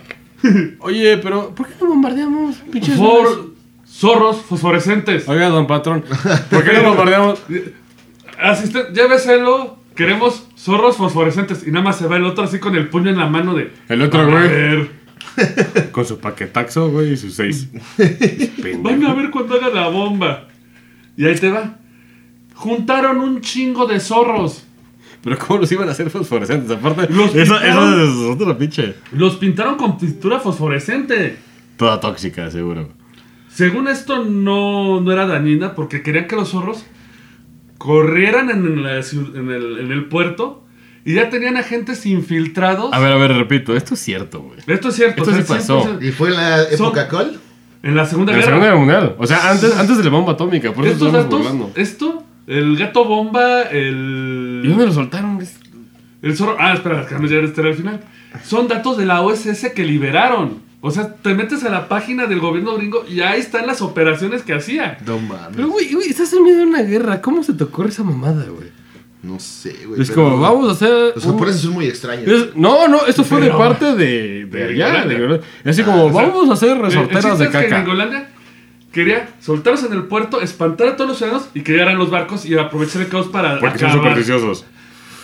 Speaker 3: Oye, pero ¿por qué no bombardeamos? Pinches naves?
Speaker 2: Por zorros fosforescentes.
Speaker 3: Oiga, don patrón, ¿por qué no bombardeamos?
Speaker 2: Asisten, lléveselo. Queremos zorros fosforescentes. Y nada más se va el otro así con el puño en la mano de.
Speaker 3: El otro,
Speaker 2: "Van a
Speaker 3: güey.
Speaker 2: ver,
Speaker 3: Con su paquetaxo, güey, y sus seis. Pendejo.
Speaker 2: Van a ver cuando haga la bomba. Y ahí te va. Juntaron un chingo de zorros.
Speaker 3: Pero ¿cómo los iban a hacer fosforescentes? Aparte,
Speaker 2: Los
Speaker 3: eso,
Speaker 2: picaron.
Speaker 3: eso es otra pinche.
Speaker 2: Los pintaron con pintura fosforescente.
Speaker 3: Toda tóxica, seguro.
Speaker 2: Según esto, no, no era dañina porque querían que los zorros corrieran en, la ciu- en el, en el puerto y ya tenían agentes infiltrados.
Speaker 3: A ver, a ver, repito, esto es cierto, güey.
Speaker 2: Esto es cierto.
Speaker 3: Esto
Speaker 2: o sea,
Speaker 3: sí pasó.
Speaker 2: 100%.
Speaker 4: ¿Y fue en la época col?
Speaker 2: En la Segunda
Speaker 3: En la
Speaker 2: Guerra.
Speaker 3: Segunda Guerra Mundial. O sea, antes, antes de la bomba atómica, por eso
Speaker 2: Estos
Speaker 3: estamos
Speaker 2: datos,
Speaker 3: burlando.
Speaker 2: esto, el gato bomba,
Speaker 3: ¿Y dónde
Speaker 2: el.
Speaker 3: lo soltaron? Es-
Speaker 2: El zorro. Ah, espera, déjame llegar este al final. Son datos de la OSS que liberaron. O sea, te metes a la página del gobierno gringo y ahí están las operaciones que hacía.
Speaker 4: No mames.
Speaker 3: Pero, güey, güey, estás en medio de una guerra. ¿Cómo se te ocurre esa mamada, güey?
Speaker 4: No sé, güey.
Speaker 3: Es
Speaker 4: pero-
Speaker 3: como, vamos a hacer.
Speaker 4: Los
Speaker 3: un-
Speaker 4: japoneses son muy extraños.
Speaker 3: Es- no, no, esto fue de
Speaker 2: Pero-
Speaker 3: parte de, de allá.
Speaker 2: Gringolandia.
Speaker 3: de- es así como,
Speaker 2: o sea,
Speaker 3: vamos a hacer
Speaker 2: Eh, El
Speaker 3: resorteras
Speaker 2: chiste
Speaker 3: de
Speaker 2: es que
Speaker 3: caca.
Speaker 2: Gringolandia quería soltarlos en el puerto, espantar a todos los ciudadanos y que llegaran los barcos y aprovechar el caos para.
Speaker 3: Porque son
Speaker 2: acabar.
Speaker 3: supersticiosos.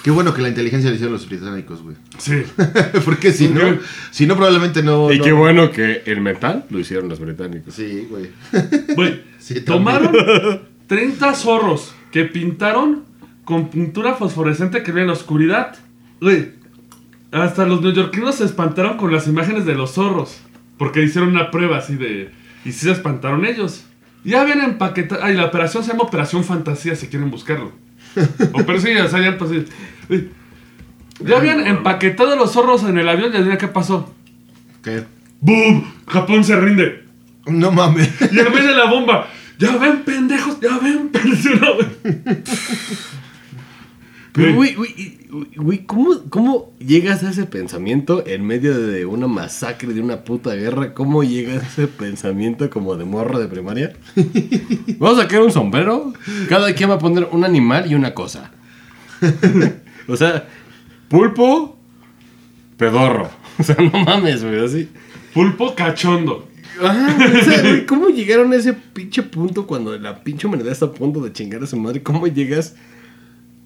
Speaker 4: Qué bueno que la inteligencia le hicieron los británicos, güey.
Speaker 2: Sí.
Speaker 4: Porque si no,
Speaker 2: Ok.
Speaker 4: si no probablemente no.
Speaker 3: Y
Speaker 4: no-
Speaker 3: qué bueno que el metal lo hicieron los británicos.
Speaker 4: Sí, güey.
Speaker 2: Güey,
Speaker 4: Sí, también.
Speaker 2: tomaron 30 zorros que pintaron con pintura fosforescente que veía en la oscuridad. Güey, hasta los neoyorquinos se espantaron con las imágenes de los zorros. Porque hicieron una prueba así de. Y sí se espantaron ellos. Ya habían empaquetado. Ay, la operación se llama Operación Fantasía, si quieren buscarlo. O pero sí, o sea, ya pues, sí. Güey, Ya habían empaquetado los zorros en el avión y adivina qué pasó.
Speaker 4: ¿Qué?
Speaker 2: ¡Boom! Japón se rinde.
Speaker 4: No mames.
Speaker 2: Y en vez de la bomba, ya ven, pendejos, ya ven, pendejos.
Speaker 3: Pero, güey, güey, y- güey, ¿cómo, ¿cómo llegas a ese pensamiento en medio de una masacre, de una puta guerra? ¿Cómo llegas a ese pensamiento como de morro de primaria? Vamos a sacar un sombrero. Cada quien va a poner un animal y una cosa. o sea, pulpo, pedorro. O sea, no mames, güey, así.
Speaker 2: Pulpo cachondo.
Speaker 3: Ajá, güey, o sea, güey, ¿Cómo llegaron a ese pinche punto cuando la pinche humanidad está a punto de chingar a su madre? ¿Cómo llegas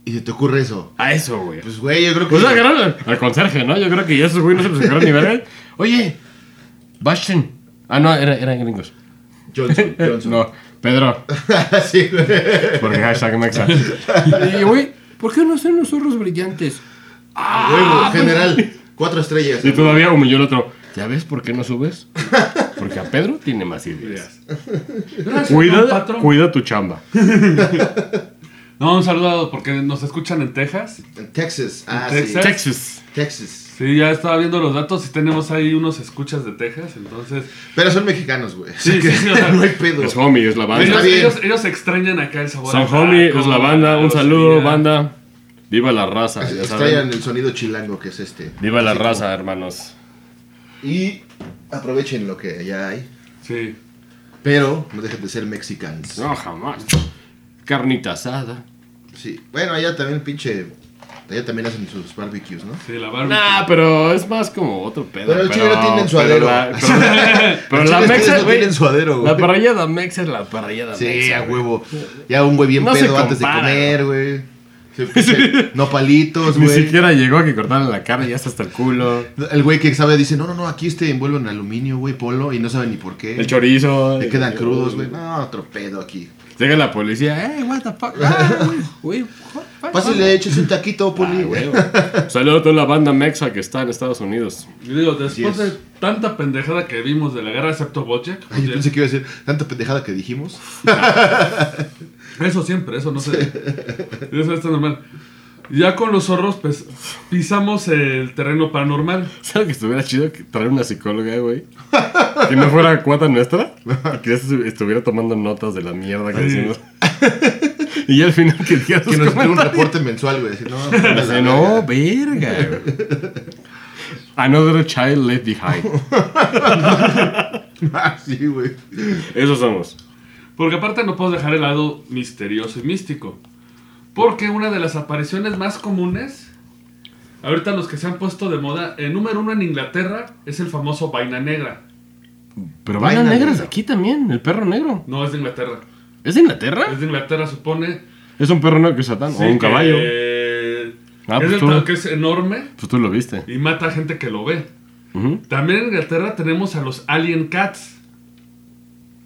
Speaker 4: ¿Y se te ocurre eso?
Speaker 3: a eso, güey?
Speaker 4: Pues, güey, yo creo que.
Speaker 3: Pues la agarraron al, al conserje, ¿no? Yo creo que ya esos güey no se los sacaron ni verga. Oye, Bastion. Ah, no, era- eran gringos.
Speaker 4: Johnson, Johnson.
Speaker 3: No, Pedro,
Speaker 4: sí, güey.
Speaker 3: porque hashtag Mexa. Y, güey, ¿por qué no hacen los zorros brillantes?
Speaker 4: Huevo, general. Cuatro estrellas.
Speaker 3: Ah, Y todavía humilló el otro. ¿Ya ves por qué no subes? Porque a Pedro tiene más ideas.
Speaker 2: Gracias, don
Speaker 3: Cuida,
Speaker 2: Patrón.
Speaker 3: cuida tu chamba.
Speaker 2: No, un saludo porque nos escuchan en Texas.
Speaker 4: Texas. Ah,
Speaker 2: Texas.
Speaker 3: Texas.
Speaker 4: sí. Texas.
Speaker 2: Sí, ya estaba viendo los datos y tenemos ahí unos escuchas de Texas, entonces...
Speaker 4: Pero son mexicanos, güey.
Speaker 2: Sí, sí, sí, o sea,
Speaker 4: no hay pedo.
Speaker 3: Es homie, es la
Speaker 2: Ellos,
Speaker 3: banda.
Speaker 4: bien.
Speaker 2: ellos, ellos extrañan acá el sabor.
Speaker 3: San
Speaker 2: al taco,
Speaker 3: homie es la banda.
Speaker 2: la
Speaker 3: Un saludo,
Speaker 2: grosería.
Speaker 3: banda. Viva la raza, ya
Speaker 4: Extrañan
Speaker 3: saben.
Speaker 4: el sonido chilango que es este.
Speaker 3: Viva la
Speaker 4: Así como-
Speaker 3: raza, hermanos.
Speaker 4: Y aprovechen lo que allá hay.
Speaker 2: Sí.
Speaker 4: Pero no dejen de ser mexicanos.
Speaker 3: No, jamás. Carnita asada.
Speaker 4: Sí. Bueno, allá también pinche. Allá también hacen sus barbecues, ¿no?
Speaker 2: Sí, la barbecue.
Speaker 3: Nah, pero es más como otro pedo.
Speaker 4: Pero el chile no tiene en
Speaker 3: pero
Speaker 4: suadero.
Speaker 3: la- Pero, pero
Speaker 4: Los
Speaker 3: la
Speaker 4: chiles
Speaker 3: mexa,
Speaker 4: no
Speaker 3: güey,
Speaker 4: tienen suadero, güey.
Speaker 3: La parrillada mexa es la parrillada
Speaker 4: Sí,
Speaker 3: mexa.
Speaker 4: a
Speaker 3: güey.
Speaker 4: huevo. Ya un güey bien
Speaker 3: No se
Speaker 4: pedo antes de
Speaker 3: compara,
Speaker 4: comer, güey. Se- se- No palitos,
Speaker 3: Ni
Speaker 4: güey.
Speaker 3: siquiera llegó a que cortaran la cara y ya está hasta el culo.
Speaker 4: El güey que sabe dice, no, no, no, aquí este envuelve en aluminio, güey, polo, y no sabe ni por qué.
Speaker 3: El chorizo.
Speaker 4: Le quedan
Speaker 3: eh,
Speaker 4: crudos, güey. No, otro pedo aquí.
Speaker 3: Llega la policía. Eh, what the fuck. Ah, güey, güey, what-
Speaker 4: Pásale, eches un taquito,
Speaker 3: Ah,
Speaker 4: poli.
Speaker 3: huevo. Saludos a toda la banda mexa que está en Estados Unidos.
Speaker 2: Y digo, después
Speaker 4: Así
Speaker 2: de
Speaker 4: es.
Speaker 2: tanta pendejada que vimos de la guerra, excepto Bojack,
Speaker 4: Ay, yo
Speaker 2: oye,
Speaker 4: pensé que iba a decir tanta pendejada que dijimos.
Speaker 2: Eso siempre, eso no sé. Eso está normal. Ya con los zorros pues, pisamos el terreno paranormal.
Speaker 3: ¿Sabes que estuviera chido que traer una psicóloga, güey? Que no fuera cuata nuestra. Y que estu- estuviera tomando notas de la mierda que
Speaker 2: Sí.
Speaker 3: decimos. Y ya al final que digas
Speaker 4: Que nos escribe un reporte mensual, güey. Así, No, pues, la verga.
Speaker 3: no, verga. güey. Another child left behind.
Speaker 4: Ah, sí, güey.
Speaker 3: Eso somos.
Speaker 2: Porque aparte no puedo dejar el lado misterioso y místico. Porque una de las apariciones más comunes Ahorita los que se han puesto de moda, el número uno en Inglaterra es el famoso vaina negra.
Speaker 3: Pero
Speaker 4: Vaina
Speaker 3: vaina negra es
Speaker 4: negra.
Speaker 3: de aquí también, el perro negro.
Speaker 2: No es de Inglaterra.
Speaker 3: ¿Es de Inglaterra?
Speaker 2: Es de Inglaterra, supone.
Speaker 3: Es un perro negro que es satán.
Speaker 2: Sí,
Speaker 3: o un
Speaker 2: que- eh,
Speaker 3: caballo. Ah,
Speaker 2: es
Speaker 3: pues
Speaker 2: el
Speaker 3: tú.
Speaker 2: tra- que es enorme
Speaker 3: Pues tú lo viste.
Speaker 2: y mata a gente que lo ve.
Speaker 3: Ujú.
Speaker 2: También en Inglaterra tenemos a los Alien Cats,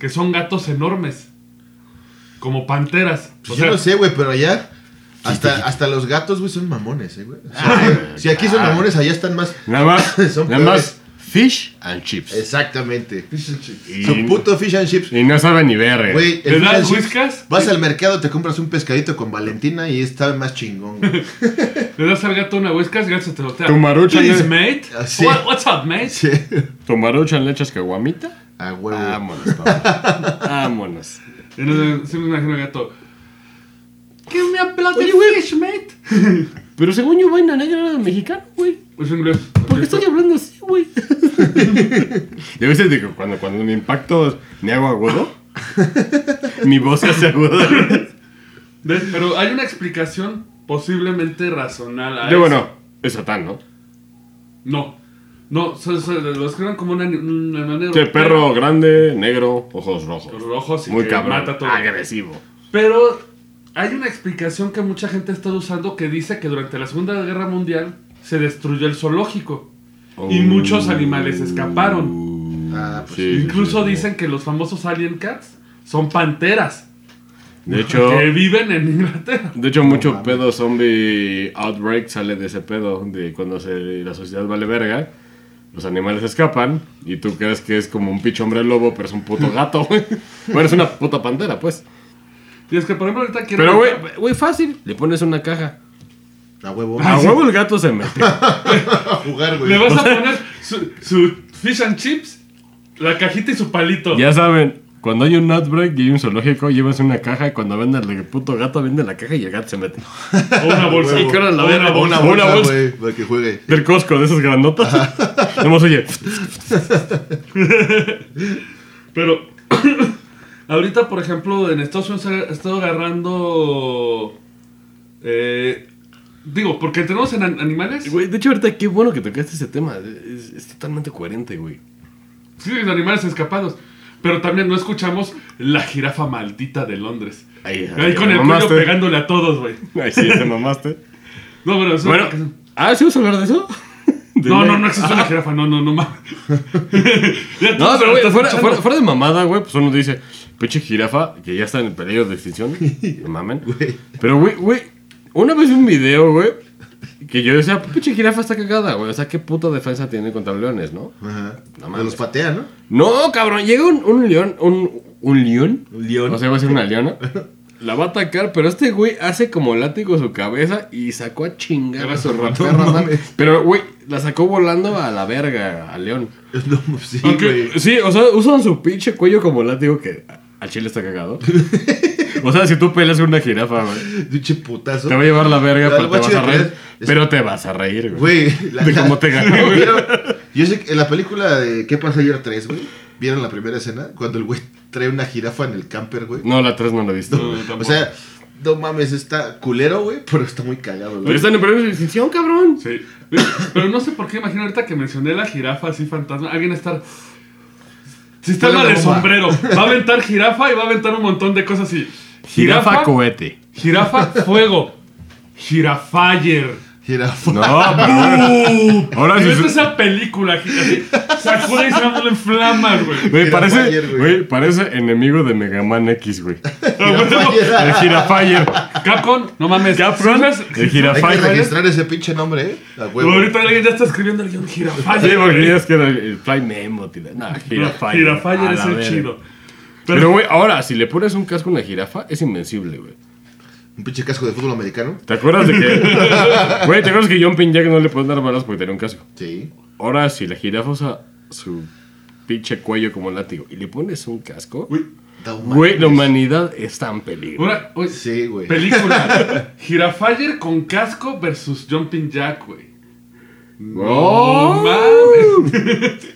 Speaker 2: que son gatos enormes, como panteras. O
Speaker 4: Pues yo
Speaker 2: sea,
Speaker 4: no sé, güey, pero allá. Hasta, hasta los gatos, güey, son mamones, eh, güey. O sea, si aquí son mamones, allá están más.
Speaker 3: Nada más.
Speaker 4: Son
Speaker 3: nada
Speaker 4: peores.
Speaker 3: más. Fish and chips.
Speaker 4: Exactamente.
Speaker 2: fish and chips.
Speaker 3: Y,
Speaker 4: Su puto fish and chips.
Speaker 3: y no sabe ni ver. eh.
Speaker 2: ¿Le
Speaker 4: Güey, fish
Speaker 2: dan
Speaker 4: and chips,
Speaker 2: whiskas?
Speaker 4: Vas al mercado, te compras un pescadito con Valentina y está más chingón, güey.
Speaker 2: Le das al gato una whiskas y el gato se te voltea.
Speaker 3: Tu marucha,
Speaker 2: Please,
Speaker 3: ¿no?
Speaker 2: mate.
Speaker 4: Ah, sí.
Speaker 2: What- what's up, mate?
Speaker 4: Sí.
Speaker 3: ¿Tu marucha en lechas caguamita?
Speaker 4: A huevo.
Speaker 3: Vámonos, papá. Vámonos.
Speaker 2: Y no sé, sí me imagino al gato. Give me a bloody fish, mate.
Speaker 3: Pero según yo, vaina negra era mexicano, güey.
Speaker 2: Es inglés.
Speaker 3: ¿Por qué estoy hablando así, güey? y a veces digo, cuando, cuando me impacto, me hago agudo. Mi voz se hace aguda.
Speaker 2: ¿Ves? Pero hay una explicación posiblemente razonal a
Speaker 3: Yo,
Speaker 2: eso.
Speaker 3: bueno, es Satán, ¿no?
Speaker 2: No. No, se- se- lo escriben como una, una manera.
Speaker 3: Este perro grande, negro, ojos rojos.
Speaker 2: Rojos y
Speaker 3: Muy
Speaker 2: que
Speaker 3: cabrón. Ah,
Speaker 2: mata todo.
Speaker 3: Agresivo.
Speaker 2: Pero hay una explicación que mucha gente ha estado usando que dice que durante la Segunda Guerra Mundial se destruyó el zoológico y muchos animales escaparon.
Speaker 4: Ah, pues
Speaker 3: Oh. Sí, sí,
Speaker 2: Incluso
Speaker 3: sí.
Speaker 2: dicen que los famosos alien cats son panteras
Speaker 3: De hecho,
Speaker 2: que viven en Inglaterra.
Speaker 3: de hecho mucho pedo zombie outbreak sale de ese pedo. De cuando se, la sociedad vale verga, los animales escapan y tú crees que es como un picho hombre lobo, pero es un puto gato, güey. Bueno, es una puta pantera, pues.
Speaker 2: Y es que, por ejemplo, ahorita quiero.
Speaker 3: Pero, güey, güey, fácil. Le pones una caja.
Speaker 4: A huevo.
Speaker 3: A huevo el gato se mete.
Speaker 4: A jugar, güey.
Speaker 2: Le vas a poner su, su fish and chips, la cajita y su palito.
Speaker 3: ya saben, cuando hay un outbreak y un zoológico, llevas una caja. y Cuando venden el puto gato, venden la caja y el gato se mete.
Speaker 2: O una bolsa.
Speaker 3: Y claro, la
Speaker 2: O
Speaker 3: verga,
Speaker 2: una bolsa.
Speaker 4: Una
Speaker 3: Una
Speaker 4: bolsa,
Speaker 3: bolsa.
Speaker 4: güey, para que juegue.
Speaker 3: Del Costco, de esas grandotas. Nomás oye.
Speaker 2: Pero ahorita, por ejemplo, en Estados Unidos ha estado agarrando... eh, digo, porque tenemos en an- animales...
Speaker 3: Güey, de hecho, ahorita qué bueno que tocaste ese tema. Es, es totalmente coherente, güey.
Speaker 2: Sí, en animales escapados. Pero también no escuchamos la jirafa maldita de Londres.
Speaker 3: Ahí,
Speaker 2: Ahí con el cuello
Speaker 3: mamaste.
Speaker 2: pegándole a todos, güey.
Speaker 3: Ahí sí, te mamaste.
Speaker 2: No, pero eso-
Speaker 3: bueno, ah, ¿sí vamos a hablar de eso? De
Speaker 2: No,
Speaker 3: la-
Speaker 2: no, no existe una jirafa, no, no, no mames. Ya
Speaker 3: No,
Speaker 2: todos
Speaker 3: pero
Speaker 2: lo están
Speaker 3: güey, fuera,
Speaker 2: escuchando.
Speaker 3: fuera- fuera de mamada, güey, pues uno dice, pinche jirafa, que ya está en peligro de extinción. No mamen. Pero, güey, güey, una vez vi un video, güey, que yo decía, pinche jirafa está cagada, güey. O sea, ¿qué puta defensa tiene contra leones, no?
Speaker 4: Ajá.
Speaker 3: No
Speaker 4: Me
Speaker 3: mames.
Speaker 4: los patea, ¿no?
Speaker 3: No, cabrón, llega un, un león, un, un león.
Speaker 4: Un león.
Speaker 3: O sea, va a ser una leona. La va a atacar, pero este güey hace como látigo su cabeza y sacó a chingar a su ratón.
Speaker 4: No mames.
Speaker 3: Pero, güey, la sacó volando a la verga, al león.
Speaker 4: No, pues sí,
Speaker 3: Aunque-
Speaker 4: güey.
Speaker 3: sí, o sea, usan su pinche cuello como látigo que a- al chile está cagado. o sea, si tú peleas con una jirafa, güey,
Speaker 4: Pinche putazo.
Speaker 3: te va a llevar la verga,
Speaker 4: Pero
Speaker 3: pero te
Speaker 4: algo
Speaker 3: vas
Speaker 4: chido
Speaker 3: a reír.
Speaker 4: que es-
Speaker 3: Pero te vas a reír, güey.
Speaker 4: Güey, la-
Speaker 3: De cómo te ganó, güey.
Speaker 4: ¿Vieron? Yo sé que en la película de ¿Qué pasa ayer 3, güey? ¿Vieron la primera escena? Cuando el güey trae una jirafa en el camper, güey.
Speaker 3: No, la 3 no la he visto.
Speaker 2: No,
Speaker 4: o
Speaker 2: tampoco.
Speaker 4: sea, no mames, está culero, güey, pero está muy cagado,
Speaker 3: Pero
Speaker 4: güey.
Speaker 3: están en peligro de extinción, cabrón.
Speaker 2: Sí. Pero no sé por qué, imagino ahorita que mencioné la jirafa así fantasma, alguien va a estar... Si está
Speaker 4: Huele
Speaker 2: mal
Speaker 4: a
Speaker 2: de
Speaker 4: bomba.
Speaker 2: sombrero, va a aventar jirafa y va a aventar un montón de cosas así.
Speaker 3: Jirafa cohete.
Speaker 2: Jirafa fuego. Jirafire.
Speaker 4: Jirafa.
Speaker 3: No, pero Ah. ahora
Speaker 2: Si
Speaker 3: Ah, sí.
Speaker 2: ves
Speaker 3: su-
Speaker 2: esa película, gi- así, sacude y se va en flamas, güey.
Speaker 3: Güey,
Speaker 4: Jirafire,
Speaker 3: parece,
Speaker 4: güey.
Speaker 3: güey, parece enemigo de Mega Man X, güey.
Speaker 4: Jirafire.
Speaker 3: El Jirafire.
Speaker 2: Capcom, no mames.
Speaker 3: Capcom,
Speaker 2: Sí,
Speaker 3: el
Speaker 4: Hay que
Speaker 3: Jirafire.
Speaker 4: registrar ese pinche nombre, eh. A
Speaker 2: pero
Speaker 4: huevo.
Speaker 2: Ahorita alguien ya está escribiendo el guión
Speaker 3: Sí,
Speaker 2: Jirafire.
Speaker 3: porque creías que era el, el Fly Memo, tío. No, Jirafire.
Speaker 2: Jirafire
Speaker 3: A
Speaker 2: es
Speaker 3: la
Speaker 2: el
Speaker 3: verga.
Speaker 2: chido.
Speaker 3: Pero, güey, ahora, si le pones un casco a una jirafa, es invencible, güey.
Speaker 4: Un pinche casco de fútbol americano.
Speaker 3: ¿Te acuerdas de que. Güey, ¿te acuerdas que John Pinjack no le pueden dar balas porque tenía un casco?
Speaker 4: Sí.
Speaker 3: Ahora, si la jirafa usa su pinche cuello como látigo y le pones un casco,
Speaker 2: Güey,
Speaker 4: Da un
Speaker 3: güey, la humanidad está en peligro.
Speaker 2: ahora, oye,
Speaker 4: Sí, güey.
Speaker 2: película. Jirafire con casco versus Jumping Jack, güey.
Speaker 3: ¡Oh!
Speaker 2: No mames.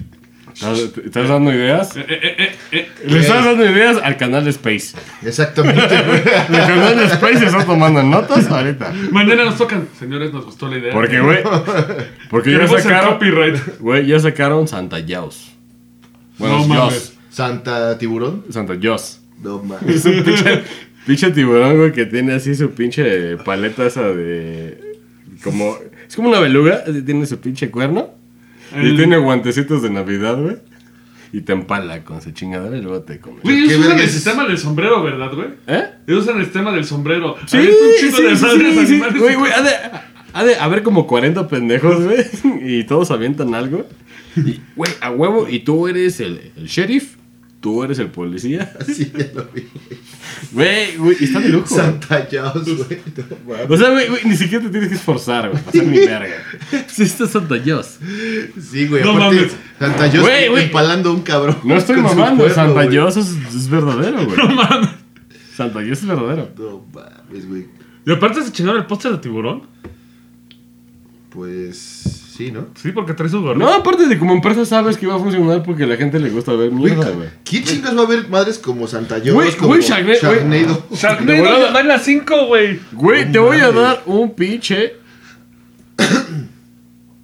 Speaker 3: ¿Estás estás dando ideas?
Speaker 2: Eh, eh, eh, eh.
Speaker 3: Le estás dando ideas al canal de Space.
Speaker 4: Exactamente, güey.
Speaker 3: El canal de Space está tomando notas ahorita.
Speaker 2: Mañana nos tocan. Señores, nos gustó la idea.
Speaker 3: Porque, güey. Porque ya
Speaker 2: Queremos el
Speaker 3: sacaron.
Speaker 2: copyright.
Speaker 3: Güey, ya sacaron Santa Yaos. Bueno,
Speaker 2: No
Speaker 3: Yaos.
Speaker 4: Santa Tiburón.
Speaker 3: Santa Yaos.
Speaker 4: No mames.
Speaker 3: Es un pinche, pinche tiburón, güey, que tiene así su pinche paleta esa de. Como. Es como una beluga, así tiene su pinche cuerno.
Speaker 2: El-
Speaker 3: Y tiene guantecitos de Navidad, güey. Y te empala con su chingadera y luego te come.
Speaker 2: Güey, ellos
Speaker 4: ¿Qué
Speaker 2: usan el
Speaker 4: vergas?
Speaker 2: sistema del sombrero, ¿verdad, güey?
Speaker 3: ¿Eh?
Speaker 2: Ellos usan el sistema del sombrero.
Speaker 3: Sí,
Speaker 2: Ahí está un
Speaker 3: sí,
Speaker 2: chingo de
Speaker 3: sí,
Speaker 2: madres
Speaker 3: sí, sí.
Speaker 2: animales.
Speaker 3: Güey, güey, ha de, ha de haber como 40 pendejos, güey. Y todos avientan algo. Y, güey, a huevo. Y tú eres el, el sheriff. Tú eres el policía.
Speaker 4: Sí, ya lo vi.
Speaker 3: Güey, güey, y está de lujo.
Speaker 4: Santa Jaws, güey. No mames.
Speaker 3: O sea, güey, güey, ni siquiera te tienes que esforzar, güey. Pasar ni verga. Sí, estás santallos.
Speaker 4: Sí, güey.
Speaker 2: No
Speaker 4: aparte,
Speaker 2: mames.
Speaker 4: Santa Jaws
Speaker 3: Güey, güey.
Speaker 4: empalando a un cabrón.
Speaker 3: No estoy
Speaker 4: con su
Speaker 3: mamando,
Speaker 4: cuerno, güey.
Speaker 3: santallos es, es verdadero, güey. No mames. Santallos es verdadero.
Speaker 4: No mames, güey.
Speaker 2: Y aparte se chingaron el póster de tiburón.
Speaker 4: Pues sí, ¿no?
Speaker 2: Sí, porque trae su gorro.
Speaker 3: No, aparte de como empresa sabes que va a funcionar porque a la gente le gusta ver
Speaker 4: Güey,
Speaker 3: mierda, güey.
Speaker 4: ¿Quién chingas va a ver madres como Santa Jaws,
Speaker 3: Güey,
Speaker 4: como
Speaker 3: güey, Shagne-
Speaker 4: Sharknado?
Speaker 3: De
Speaker 2: Sharknado
Speaker 3: volada.
Speaker 2: ya va en las 5, güey.
Speaker 3: Güey,
Speaker 4: No
Speaker 3: te voy a
Speaker 4: mames.
Speaker 3: dar un pinche.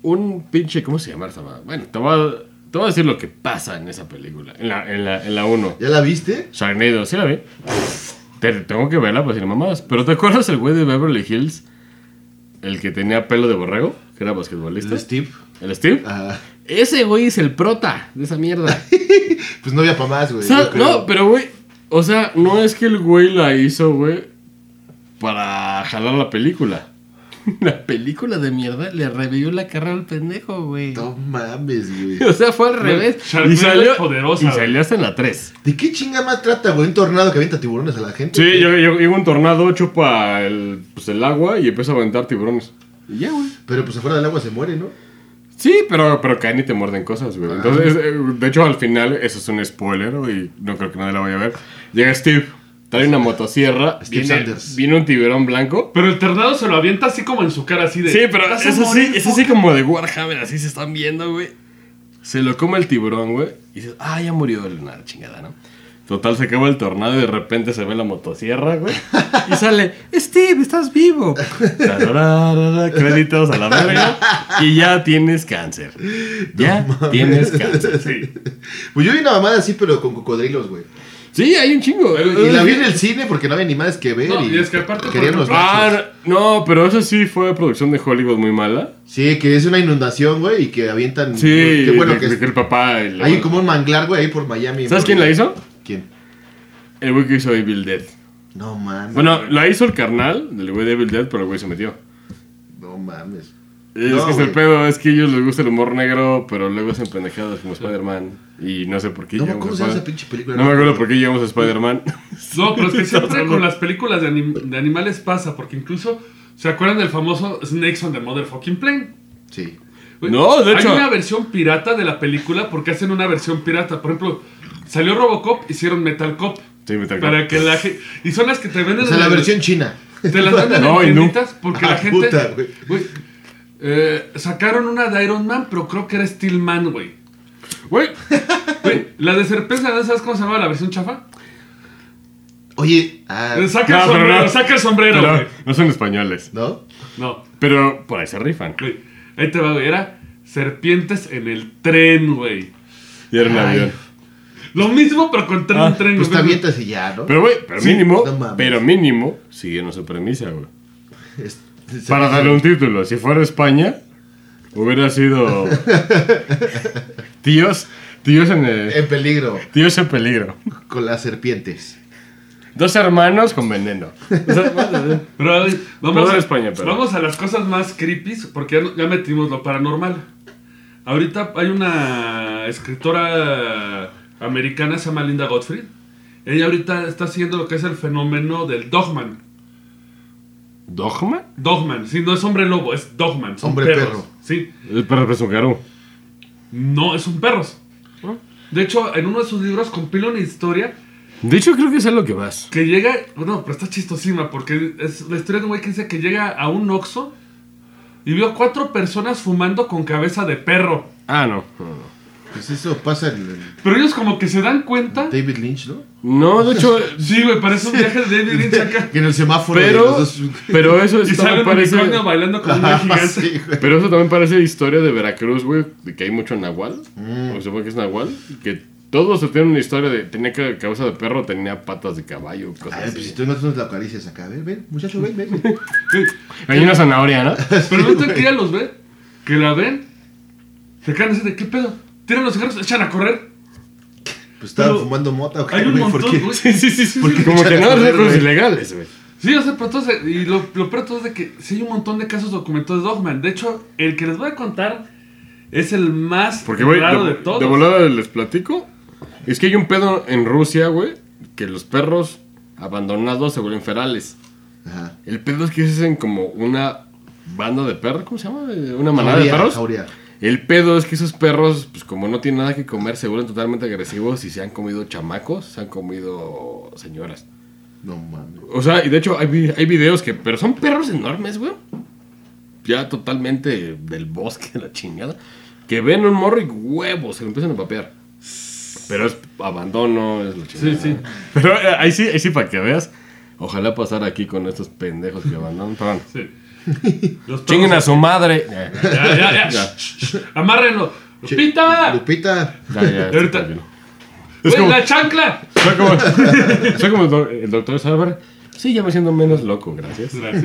Speaker 3: un pinche. ¿Cómo se llama esa madre? Bueno, te voy, a, te voy a decir lo que pasa en esa película. En la 1. En la, en la uno.
Speaker 4: ¿Ya la viste?
Speaker 3: Sharknado, ¿sí la vi? Te, tengo que verla para decir mamadas. Pero ¿te acuerdas el güey de Beverly Hills? El que tenía pelo de borrego, que era basquetbolista.
Speaker 4: El Steve.
Speaker 3: ¿El Steve?
Speaker 4: Ah,
Speaker 3: Ese güey es el prota de esa mierda.
Speaker 4: pues no había para más, güey.
Speaker 3: O sea,
Speaker 4: yo creo.
Speaker 3: no, pero güey, o sea, no es que el güey la hizo, güey, para jalar la película. La película de mierda le revivió la carrera al pendejo, güey.
Speaker 4: No mames, güey.
Speaker 3: O sea, fue al revés.
Speaker 2: Sharknado
Speaker 3: y salió,
Speaker 2: es poderosa,
Speaker 3: y
Speaker 2: güey.
Speaker 3: salió hasta en la 3.
Speaker 4: ¿De qué chinga más trata, güey? Un tornado que avienta tiburones a la gente.
Speaker 3: Sí, yo, yo, iba un tornado, chupa el, pues, el agua y empieza a aventar tiburones. Y ya, güey.
Speaker 4: Pero pues afuera del agua se muere, ¿no?
Speaker 3: Sí, pero, pero caen y te muerden cosas, güey. Entonces, eh, de hecho, al final, eso es un spoiler, güey. No creo que nadie la vaya a ver. Llega Steve, trae una motosierra.
Speaker 4: Steve
Speaker 3: viene-
Speaker 4: Sanders.
Speaker 3: Viene un tiburón blanco.
Speaker 2: Pero el tornado se lo avienta así como en su cara, así de.
Speaker 3: Sí, pero
Speaker 2: "Vas a
Speaker 3: eso sí,
Speaker 2: morir,
Speaker 3: eso sí como de Warhammer, así se están viendo, güey. Se lo come el tiburón, güey. Y dices, ah, ya murió el nada, chingada, ¿no? Total, se acaba el tornado y de repente se ve la motosierra, güey. Y sale, Steve, estás vivo. Tarararara, Créditos a la verga. Y ya tienes cáncer. Ya tienes cáncer. Sí.
Speaker 4: Pues yo vi una mamada así, pero con cocodrilos, güey.
Speaker 3: Sí, hay un chingo. ¿eh?
Speaker 4: Y la vi en el cine porque no había ni madres que ver.
Speaker 2: No,
Speaker 4: y,
Speaker 2: y es que aparte, por
Speaker 4: querían los
Speaker 2: ejemplo-
Speaker 4: nachos.
Speaker 3: Ah, no, pero eso sí fue producción de Hollywood muy mala.
Speaker 4: Sí, que es una inundación, güey, y que avientan.
Speaker 3: Sí,
Speaker 4: Qué bueno
Speaker 3: de-
Speaker 4: que
Speaker 3: de
Speaker 4: es-
Speaker 3: que el papá. y la-
Speaker 4: Hay como un manglar, güey, ahí por Miami.
Speaker 3: ¿Sabes
Speaker 4: por-
Speaker 3: quién la hizo?
Speaker 4: ¿Quién?
Speaker 3: El güey que hizo Evil Dead.
Speaker 4: No mames.
Speaker 3: Bueno, la hizo el carnal del güey de Evil Dead, pero el güey se metió.
Speaker 4: No mames.
Speaker 3: Es
Speaker 4: No,
Speaker 3: que es
Speaker 4: güey.
Speaker 3: el pedo, es que a ellos les gusta el humor negro, pero luego hacen pendejadas como Spider-Man. Y no sé por qué
Speaker 4: No,
Speaker 3: llegamos
Speaker 4: ¿cómo
Speaker 3: a
Speaker 4: se llama
Speaker 3: Spider-
Speaker 4: esa pinche película?
Speaker 3: No me acuerdo por qué llegamos a Spider-Man.
Speaker 2: No, pero es que siempre con las películas de, anim- de animales pasa, porque incluso se acuerdan del famoso Snakes on the Motherfucking Plane.
Speaker 4: Sí.
Speaker 2: Güey,
Speaker 3: No, de hecho-
Speaker 2: Hay una versión pirata de la película porque hacen una versión pirata. Por ejemplo, salió Robocop, hicieron Metal Cop.
Speaker 3: Sí, Metal Cop.
Speaker 2: Para que la ge- Y son las que te venden.
Speaker 4: O sea,
Speaker 2: en
Speaker 4: la
Speaker 2: el-
Speaker 4: versión china.
Speaker 2: Te las venden
Speaker 3: No, y
Speaker 2: en
Speaker 3: no.
Speaker 2: tienditas porque
Speaker 4: Ah,
Speaker 2: la gente.
Speaker 4: puta, güey.
Speaker 2: güey, eh, sacaron una de Iron Man, pero creo que era Steel Man, güey.
Speaker 3: Güey,
Speaker 2: Güey, la de Serpentina, ¿no ¿sabes cómo se llamaba la versión chafa?
Speaker 4: Oye, ah,
Speaker 2: Eh, Saca
Speaker 3: No,
Speaker 2: el
Speaker 3: pero
Speaker 2: sombrero,
Speaker 3: no.
Speaker 2: saca el sombrero,
Speaker 3: pero
Speaker 2: güey.
Speaker 3: no son españoles.
Speaker 4: ¿no?
Speaker 2: No,
Speaker 3: Pero por ahí se rifan.
Speaker 2: güey. Ahí te va, güey. Era serpientes en el tren, güey.
Speaker 3: Y era un
Speaker 4: Ay.
Speaker 3: avión.
Speaker 2: Lo mismo, pero con tren,
Speaker 3: Ah,
Speaker 2: en tren,
Speaker 4: Pues te
Speaker 2: güey.
Speaker 4: avientas y ya, ¿no?
Speaker 3: Pero güey, pero
Speaker 4: Sí,
Speaker 3: mínimo,
Speaker 4: no mames.
Speaker 3: pero mínimo, siguieron su premisa, güey.
Speaker 4: Es- es-
Speaker 3: Para darle un título, si fuera España, hubiera sido... tíos, tíos en, el-
Speaker 4: En peligro
Speaker 3: tíos en peligro.
Speaker 4: con las serpientes.
Speaker 3: Dos hermanos con veneno. O sea, bueno,
Speaker 2: Pero, güey, vamos,
Speaker 3: Todo
Speaker 2: a,
Speaker 3: en España, pero-
Speaker 2: vamos a las cosas más creepy, porque ya, ya metimos lo paranormal. Ahorita hay una escritora americana, se llama Linda Gottfried. Ella ahorita está haciendo lo que es el fenómeno del Dogman.
Speaker 3: ¿Dogma?
Speaker 2: Dogman, sí, no es hombre lobo, es Dogman. son
Speaker 4: Hombre
Speaker 2: perros,
Speaker 4: perro.
Speaker 2: Sí,
Speaker 3: El perro es un garú.
Speaker 2: no, son perros. De hecho, en uno de sus libros compila una historia
Speaker 3: De hecho, creo que es a lo que vas.
Speaker 2: Que llega. No, pero está chistosísima porque es la historia de un güey que dice que llega a un Oxxo y vio cuatro personas fumando con cabeza de perro.
Speaker 3: Ah, no. no, no.
Speaker 4: Pues eso pasa en el
Speaker 2: Pero ellos como que se dan cuenta.
Speaker 4: David Lynch, ¿no?
Speaker 3: No, de hecho,
Speaker 2: Sí, güey, parece un viaje de David Lynch acá.
Speaker 4: Que en el semáforo. de
Speaker 3: pero,
Speaker 4: los dos-
Speaker 3: pero eso
Speaker 2: Y
Speaker 3: está,
Speaker 2: sale
Speaker 3: me
Speaker 2: un
Speaker 3: parece,
Speaker 2: unicornio bailando como una
Speaker 4: Ah,
Speaker 2: gigante.
Speaker 4: sí, güey.
Speaker 3: pero eso también parece historia de Veracruz, güey, de que hay mucho nahual, o se que es nahual, que todos tienen una historia de tenía ca- cabeza de perro, tenía patas de caballo,
Speaker 4: A
Speaker 3: cosas
Speaker 4: ver, pues si
Speaker 3: así.
Speaker 4: tú no nos la acaricias acá, ven, ven, muchacho, ven, ven. Pues ven.
Speaker 3: Hay una zanahoria, ¿no?
Speaker 2: Pero el momento en que ya los ve, que la ven, se quedan así de qué pedo. Tiran los cigarros, echan a correr.
Speaker 4: Pues estaban
Speaker 2: Pero
Speaker 4: fumando mota o qué,
Speaker 2: Hay un
Speaker 4: güey, ¿por
Speaker 2: montón,
Speaker 4: qué?
Speaker 2: güey.
Speaker 3: Sí, sí, sí, sí.
Speaker 4: ¿Por qué
Speaker 3: Como que
Speaker 4: echan a
Speaker 3: no,
Speaker 4: correr,
Speaker 3: los
Speaker 4: güey?
Speaker 3: ilegales, güey.
Speaker 2: Sí, o sea, pero entonces, y lo, lo peor de todo es de que sí hay un montón de casos documentados de Dogman. De hecho, el que les voy a contar es el más
Speaker 3: Porque, güey,
Speaker 2: raro
Speaker 3: de,
Speaker 2: de todos.
Speaker 3: de volada les platico. Es que hay un pedo en Rusia, güey, que los perros abandonados se vuelven ferales.
Speaker 4: Ajá.
Speaker 3: El pedo es que se hacen como una banda de perros, ¿cómo se llama? Eh, Una manada de
Speaker 4: Jauría,
Speaker 3: perros.
Speaker 4: jauría.
Speaker 3: El pedo es que esos perros, pues como no tienen nada que comer, se vuelven totalmente agresivos y se han comido chamacos, se han comido señoras.
Speaker 4: No mames.
Speaker 3: O sea, y de hecho hay, vi- hay videos que, pero son perros enormes, güey. Ya totalmente del bosque, la chingada. Que ven un morro y huevos, se lo empiezan a papear. Pero es abandono, es la chingada.
Speaker 2: Sí, sí.
Speaker 3: Pero eh, ahí sí, ahí sí, para que veas. Ojalá pasar aquí con estos pendejos que abandonan. Perdón.
Speaker 2: Sí. Los perros-
Speaker 3: Chinguen a su madre.
Speaker 2: Ya, ya, ya.
Speaker 3: Ya.
Speaker 2: Shh, shh. Amárrenlo.
Speaker 4: Che,
Speaker 2: ¡Lupita!
Speaker 4: Lupita.
Speaker 3: Ya, ya,
Speaker 2: Y ahorita-
Speaker 3: tranquilo.
Speaker 2: ¡Güey,
Speaker 3: como-
Speaker 2: la chancla!
Speaker 3: Soy como, soy como el, do- el doctor Sarver. Sí, ya me siento menos loco, gracias.
Speaker 2: Gracias.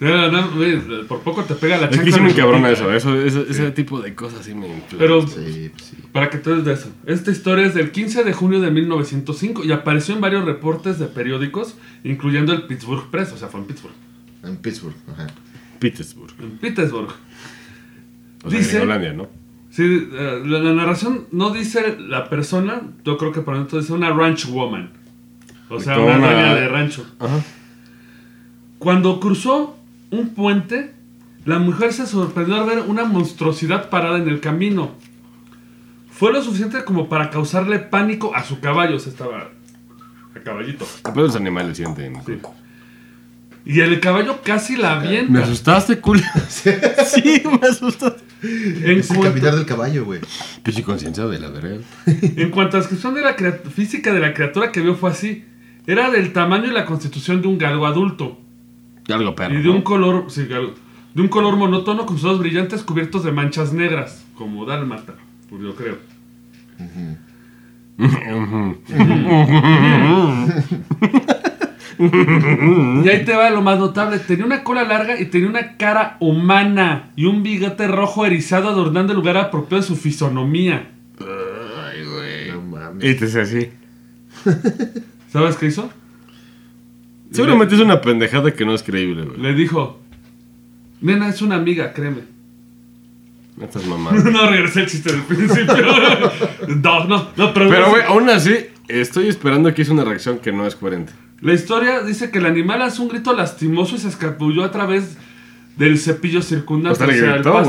Speaker 2: No, no, güey, por poco te pega la
Speaker 3: Es
Speaker 2: chancla.
Speaker 3: que sí me
Speaker 2: Lupita.
Speaker 3: encabrona eso, eh. eso, ese, ese tipo de cosas sí me infla.
Speaker 2: Pero
Speaker 4: Sí, pues sí.
Speaker 2: Para que te des de eso. Esta historia es del 15 de junio de 1905 y apareció en varios reportes de periódicos, incluyendo el Pittsburgh Press, o sea, fue en Pittsburgh.
Speaker 4: En Pittsburgh. Ajá.
Speaker 3: Pittsburgh.
Speaker 2: En Pittsburgh.
Speaker 3: O sea,
Speaker 2: Dice-
Speaker 3: Gringolandia, ¿no?
Speaker 2: Sí, eh, la, la narración no dice la persona, yo creo que por entonces dice una ranch woman. O sea,
Speaker 3: Como
Speaker 2: una
Speaker 3: una-
Speaker 2: dueña de rancho.
Speaker 3: Ajá.
Speaker 2: Cuando cruzó un puente, la mujer se sorprendió al ver una monstruosidad parada en el camino. Fue lo suficiente como para causarle pánico a su caballo, o sea, estaba a caballito.
Speaker 3: Pero los animales sienten.
Speaker 2: Sí. Y el caballo casi la
Speaker 3: Me
Speaker 2: avienta.
Speaker 3: asustaste, culo. sí, me asustaste.
Speaker 2: En,
Speaker 4: Es el
Speaker 2: cuanto-
Speaker 4: caminar del caballo, güey.
Speaker 3: Pinche conciencia de la verga.
Speaker 2: en cuanto a la descripción de la crea- física de la criatura que vio fue así. Era del tamaño y la constitución de un galgo adulto.
Speaker 3: Algo perro.
Speaker 2: Y de un
Speaker 3: ¿no?
Speaker 2: color, sí, galgo, de un color monótono con sus ojos brillantes cubiertos de manchas negras, como dálmata, pues yo creo. Y ahí te va lo más notable. Tenía una cola larga y tenía una cara humana y un bigote rojo erizado adornando el lugar apropiado de su fisonomía.
Speaker 3: Ay, güey.
Speaker 4: No mames.
Speaker 3: Y te es así.
Speaker 2: ¿Sabes qué hizo?
Speaker 3: Seguramente es una pendejada que no es creíble, güey.
Speaker 2: Le dijo, nena, es una amiga, créeme.
Speaker 3: No estás mamando.
Speaker 2: No regresé el chiste del principio. no, no, no, pero...
Speaker 3: Pero, güey, aún así, estoy esperando que hice una reacción que no es coherente.
Speaker 2: La historia dice que el animal hace un grito lastimoso y se escapulló a través del cepillo circundante,
Speaker 3: O sea, le
Speaker 2: el
Speaker 3: gritó,
Speaker 2: pasto.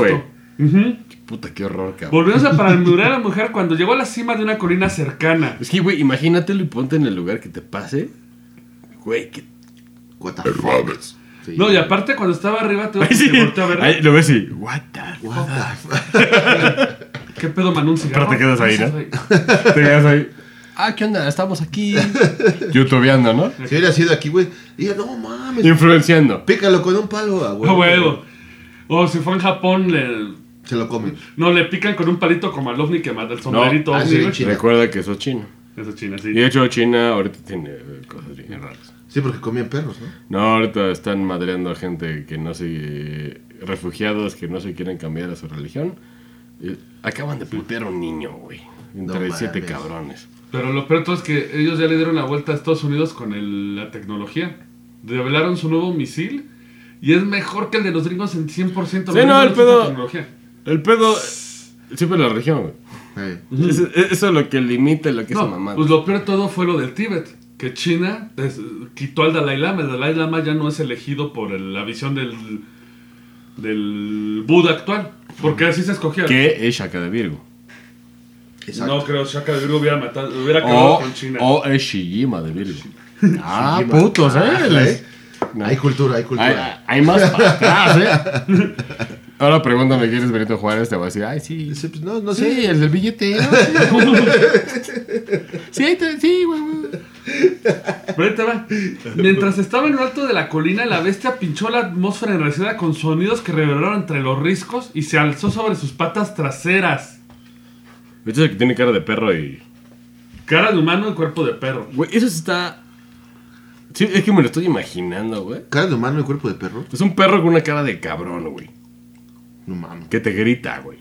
Speaker 3: güey.
Speaker 2: Ujú.
Speaker 3: Puta, qué horror, cabrón.
Speaker 2: Volviéndose para almirar a la mujer cuando llegó a la cima de una colina cercana.
Speaker 3: Es que, güey, imagínatelo y ponte en el lugar que te pase. Güey, qué
Speaker 4: What the fuck.
Speaker 3: mames.
Speaker 4: Sí.
Speaker 2: No, y aparte cuando estaba arriba te,
Speaker 3: Ahí sí.
Speaker 2: te volteó a ver.
Speaker 3: Ahí lo ves y. What the fuck?
Speaker 4: What the fuck.
Speaker 2: ¿Qué pedo, Manu? ¿Un cigarro?
Speaker 3: Pero te quedas ahí, ¿no?
Speaker 2: Güey.
Speaker 3: Te quedas ahí. Ah, ¿qué onda? Estamos aquí. Youtubeando, ¿no?
Speaker 4: Si hubiera sido aquí, güey. Diga, no
Speaker 2: Pues,
Speaker 4: mames.
Speaker 3: Influenciando.
Speaker 4: Pícalo con un palo, ah, güey.
Speaker 2: A huevo. O si fue en Japón, le-
Speaker 4: Se lo comen.
Speaker 2: no, le pican con un palito como al ovni que mata el sombrerito
Speaker 4: ah,
Speaker 2: ovni,
Speaker 4: sí,
Speaker 2: güey.
Speaker 4: China.
Speaker 3: Recuerda que sos chino.
Speaker 2: Eso es China,
Speaker 3: Y
Speaker 2: sí.
Speaker 3: de hecho, China ahorita tiene eh, cosas bien raras.
Speaker 4: Sí, porque comían perros, ¿no?
Speaker 3: No, ahorita están madreando a gente que no se. refugiados que no se quieren cambiar a su religión. Eh, Acaban de putear a un niño, güey. Entre
Speaker 4: No
Speaker 3: siete
Speaker 4: mames.
Speaker 3: cabrones.
Speaker 2: Pero lo peor de todo es que ellos ya le dieron la vuelta a Estados Unidos con el- la tecnología. Revelaron su nuevo misil y es mejor que el de los gringos en 100%.
Speaker 3: Sí,
Speaker 2: Lo
Speaker 3: no,
Speaker 2: mismo
Speaker 3: el
Speaker 2: es
Speaker 3: pedo-
Speaker 2: la tecnología.
Speaker 3: El pedo. Siempre la religión, güey.
Speaker 4: Eh,
Speaker 3: Eso, eso es lo que limita lo que es mamá.
Speaker 2: No, pues lo peor de todo fue lo del Tíbet. Que China des- quitó al Dalai Lama. El Dalai Lama ya no es elegido por el- la visión del, del Buda actual. Porque así se escogía.
Speaker 3: que es Shaka de Virgo.
Speaker 4: exacto.
Speaker 2: No creo, Shaka de Virgo hubiera matado, hubiera acabado
Speaker 3: O,
Speaker 2: con China.
Speaker 3: o es Shijima de Virgo. Ah,
Speaker 4: Shijima.
Speaker 3: putos,
Speaker 4: Ah,
Speaker 3: ¿eh? Les-
Speaker 4: Hay cultura, hay
Speaker 3: ah, Hay,
Speaker 4: cultura.
Speaker 3: hay más para atrás, ¿eh? Ahora pregúntame quién es Benito Juárez, te voy a decir, ay, sí.
Speaker 4: Dice, pues, no, no
Speaker 3: sí,
Speaker 4: sé.
Speaker 3: el del billete. ¿no? Sí, ahí te- sí, güey. güey.
Speaker 2: Pero ahí te va. Mientras estaba en lo alto de la colina, la bestia pinchó la atmósfera enrarecida con sonidos que reverberaron entre los riscos y se alzó sobre sus patas traseras.
Speaker 3: ¿Viste ese que tiene cara de perro y.
Speaker 2: Cara de humano y cuerpo de perro.
Speaker 3: Güey, eso sí está. Sí, es que me lo estoy imaginando, güey.
Speaker 4: Cara de humano y cuerpo de perro.
Speaker 3: Es un perro con una cara de cabrón, güey.
Speaker 4: No mames.
Speaker 3: Que te grita, güey.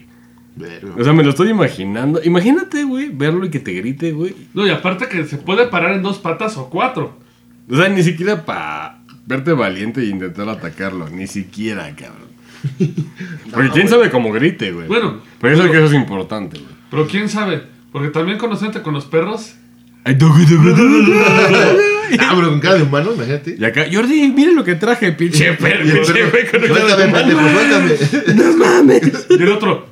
Speaker 4: verga.
Speaker 3: O sea, me lo estoy imaginando. Imagínate, güey, verlo y que te grite, güey.
Speaker 2: No, y aparte que se puede parar en dos patas o cuatro.
Speaker 3: O sea, ni siquiera para verte valiente e intentar atacarlo. Ni siquiera, cabrón. Porque quién sabe cómo grite, güey.
Speaker 2: Bueno,
Speaker 3: Pero yo sé
Speaker 2: bueno.
Speaker 3: que eso es importante, güey.
Speaker 2: Pero quién sabe, porque también conocente con los perros.
Speaker 4: Ah, pero con cara de humano, imagínate.
Speaker 3: Y acá, Jordi, miren lo que traje, pinche perro. Pinche güey con cara de
Speaker 4: Suéltame,
Speaker 3: humano.
Speaker 4: pendejo, suéltame.
Speaker 3: No mames.
Speaker 2: Y el otro,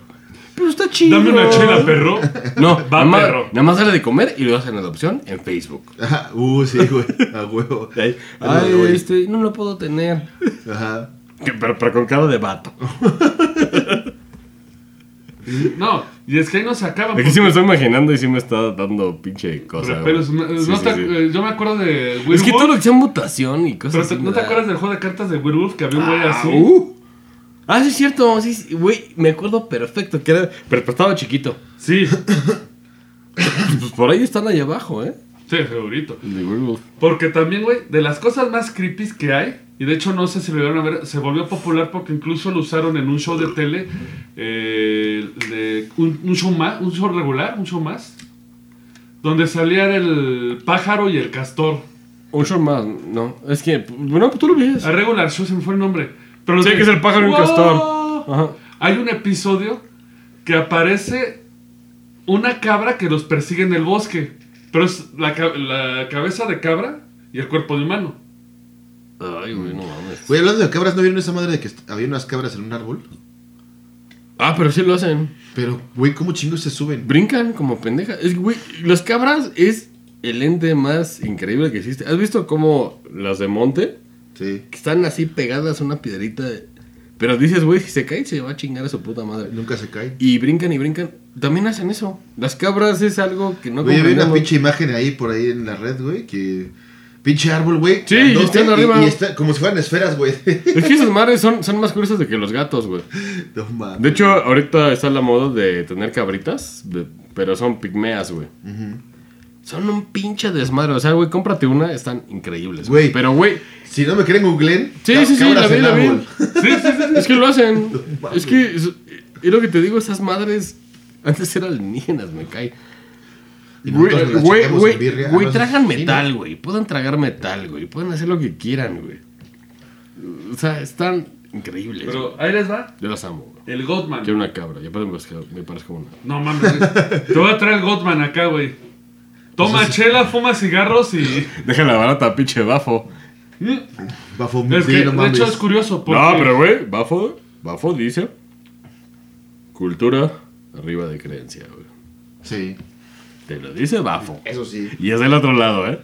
Speaker 3: Pero está chido.
Speaker 2: dame una chela, perro.
Speaker 3: No,
Speaker 2: Va,
Speaker 3: nada más,
Speaker 2: perro.
Speaker 3: nada más sale de comer y lo das en adopción en Facebook.
Speaker 4: Ajá, Uh, sí, güey. A huevo.
Speaker 3: Ay,
Speaker 4: Ay, güey.
Speaker 3: este, no lo puedo tener.
Speaker 4: Ajá.
Speaker 3: Que- Pero, pero con cara de vato.
Speaker 2: No, y es que ahí no se acaba.
Speaker 3: Aquí sí me estoy imaginando y sí me está dando pinche cosa.
Speaker 2: Pero,
Speaker 3: güey.
Speaker 2: pero es una- es-
Speaker 3: Sí,
Speaker 2: no
Speaker 3: sí,
Speaker 2: te-
Speaker 3: sí.
Speaker 2: eh, yo me acuerdo de Werewolf.
Speaker 3: Es que todo lo que sea mutación y cosas
Speaker 2: Pero te-
Speaker 3: así
Speaker 2: ¿no
Speaker 3: me
Speaker 2: te
Speaker 3: da-
Speaker 2: acuerdas del juego de cartas de Werewolf que había un güey
Speaker 3: Ah,
Speaker 2: así?
Speaker 3: uh. Ah, sí, es cierto. Sí, sí, güey, me acuerdo perfecto. Que era, pero estaba chiquito.
Speaker 2: Sí,
Speaker 3: Pues por ahí están allá abajo, ¿eh?
Speaker 2: sí, segurito.
Speaker 3: De Werewolf.
Speaker 2: Porque también, güey, de las cosas más creepy que hay, y de hecho no sé si lo vieron a ver, se volvió popular porque incluso lo usaron en un show de tele, eh, de un, un show más, un show regular, un show más, donde salía el pájaro y el castor.
Speaker 3: Un short más, no. Es que, bueno, pues tú lo viste.
Speaker 2: A regular show se me fue el nombre. Pero
Speaker 3: Sí,
Speaker 2: de-
Speaker 3: que es el pájaro y el castor.
Speaker 2: ¡Wow!
Speaker 3: Ajá.
Speaker 2: Hay un episodio que aparece una cabra que los persigue en el bosque, pero es la, ca- la cabeza de cabra y el cuerpo de humano.
Speaker 3: Ay, güey, no mames.
Speaker 4: Güey, hablando de cabras, ¿no vieron esa madre de que est- había unas cabras en un árbol?
Speaker 3: Ah, pero sí lo hacen.
Speaker 4: Pero, güey, ¿cómo chingos se suben?
Speaker 3: Brincan como pendejas. Es que, güey, los cabras es el ente más increíble que existe. ¿Has visto cómo las de monte
Speaker 4: Sí.
Speaker 3: que están así pegadas a una piedrita? de- Pero dices, güey, si se cae, se va a chingar a su puta madre.
Speaker 4: Nunca se caen.
Speaker 3: Y brincan y brincan. También hacen eso. Las cabras es algo que no
Speaker 4: Güey, había una
Speaker 3: comprendemos.
Speaker 4: pinche imagen ahí por ahí en la red, güey, que. Pinche árbol, güey.
Speaker 3: Sí,
Speaker 4: grandote,
Speaker 3: y están arriba.
Speaker 4: Y, está como si fueran esferas, güey.
Speaker 3: Es que esas madres son, son más curiosas de que los gatos, güey.
Speaker 4: no mames.
Speaker 3: De hecho, ahorita está la moda de tener cabritas, de- pero son pigmeas, güey. Son un pinche desmadre. O sea, güey, cómprate una, están increíbles, güey.
Speaker 4: Güey.
Speaker 3: Pero, güey,
Speaker 4: Si no me creen, googleen.
Speaker 3: Sí,
Speaker 4: ca-
Speaker 3: sí, sí,
Speaker 4: cabras
Speaker 3: la vi,
Speaker 4: en
Speaker 3: la vi.
Speaker 4: árbol.
Speaker 3: es que lo hacen.
Speaker 4: mames.
Speaker 3: es que, es, es lo que te digo, esas madres antes eran alienígenas, me cae.
Speaker 4: Y nosotros
Speaker 3: Güey,
Speaker 4: nos
Speaker 3: güey,
Speaker 4: chingamos
Speaker 3: güey,
Speaker 4: en birria. Ah,
Speaker 3: güey,
Speaker 4: no,
Speaker 3: tragan
Speaker 4: sí, no.
Speaker 3: metal, güey. Pueden tragar metal, güey. Pueden hacer lo que quieran, güey. O sea, están increíbles. güey.
Speaker 2: Pero ahí les va
Speaker 3: Yo las amo, güey.
Speaker 2: el Godman.
Speaker 3: Quiero una cabra. Y aparte me parezco- me parezco una.
Speaker 2: No mames, güey. te voy a traer el Godman acá, güey. Toma
Speaker 3: Pues
Speaker 2: chela, fuma cigarros y.
Speaker 3: Déjala barata, pinche bafo.
Speaker 2: Mm.
Speaker 4: Bafo,
Speaker 2: Es
Speaker 4: sí,
Speaker 2: que,
Speaker 4: no
Speaker 2: de
Speaker 4: mames.
Speaker 2: hecho, es curioso. Porque,
Speaker 3: No, pero güey, bafo, bafo dice. Cultura arriba de creencia, güey.
Speaker 4: Sí,
Speaker 3: Te lo dice bafo.
Speaker 4: eso sí.
Speaker 3: Y es del otro lado, ¿eh?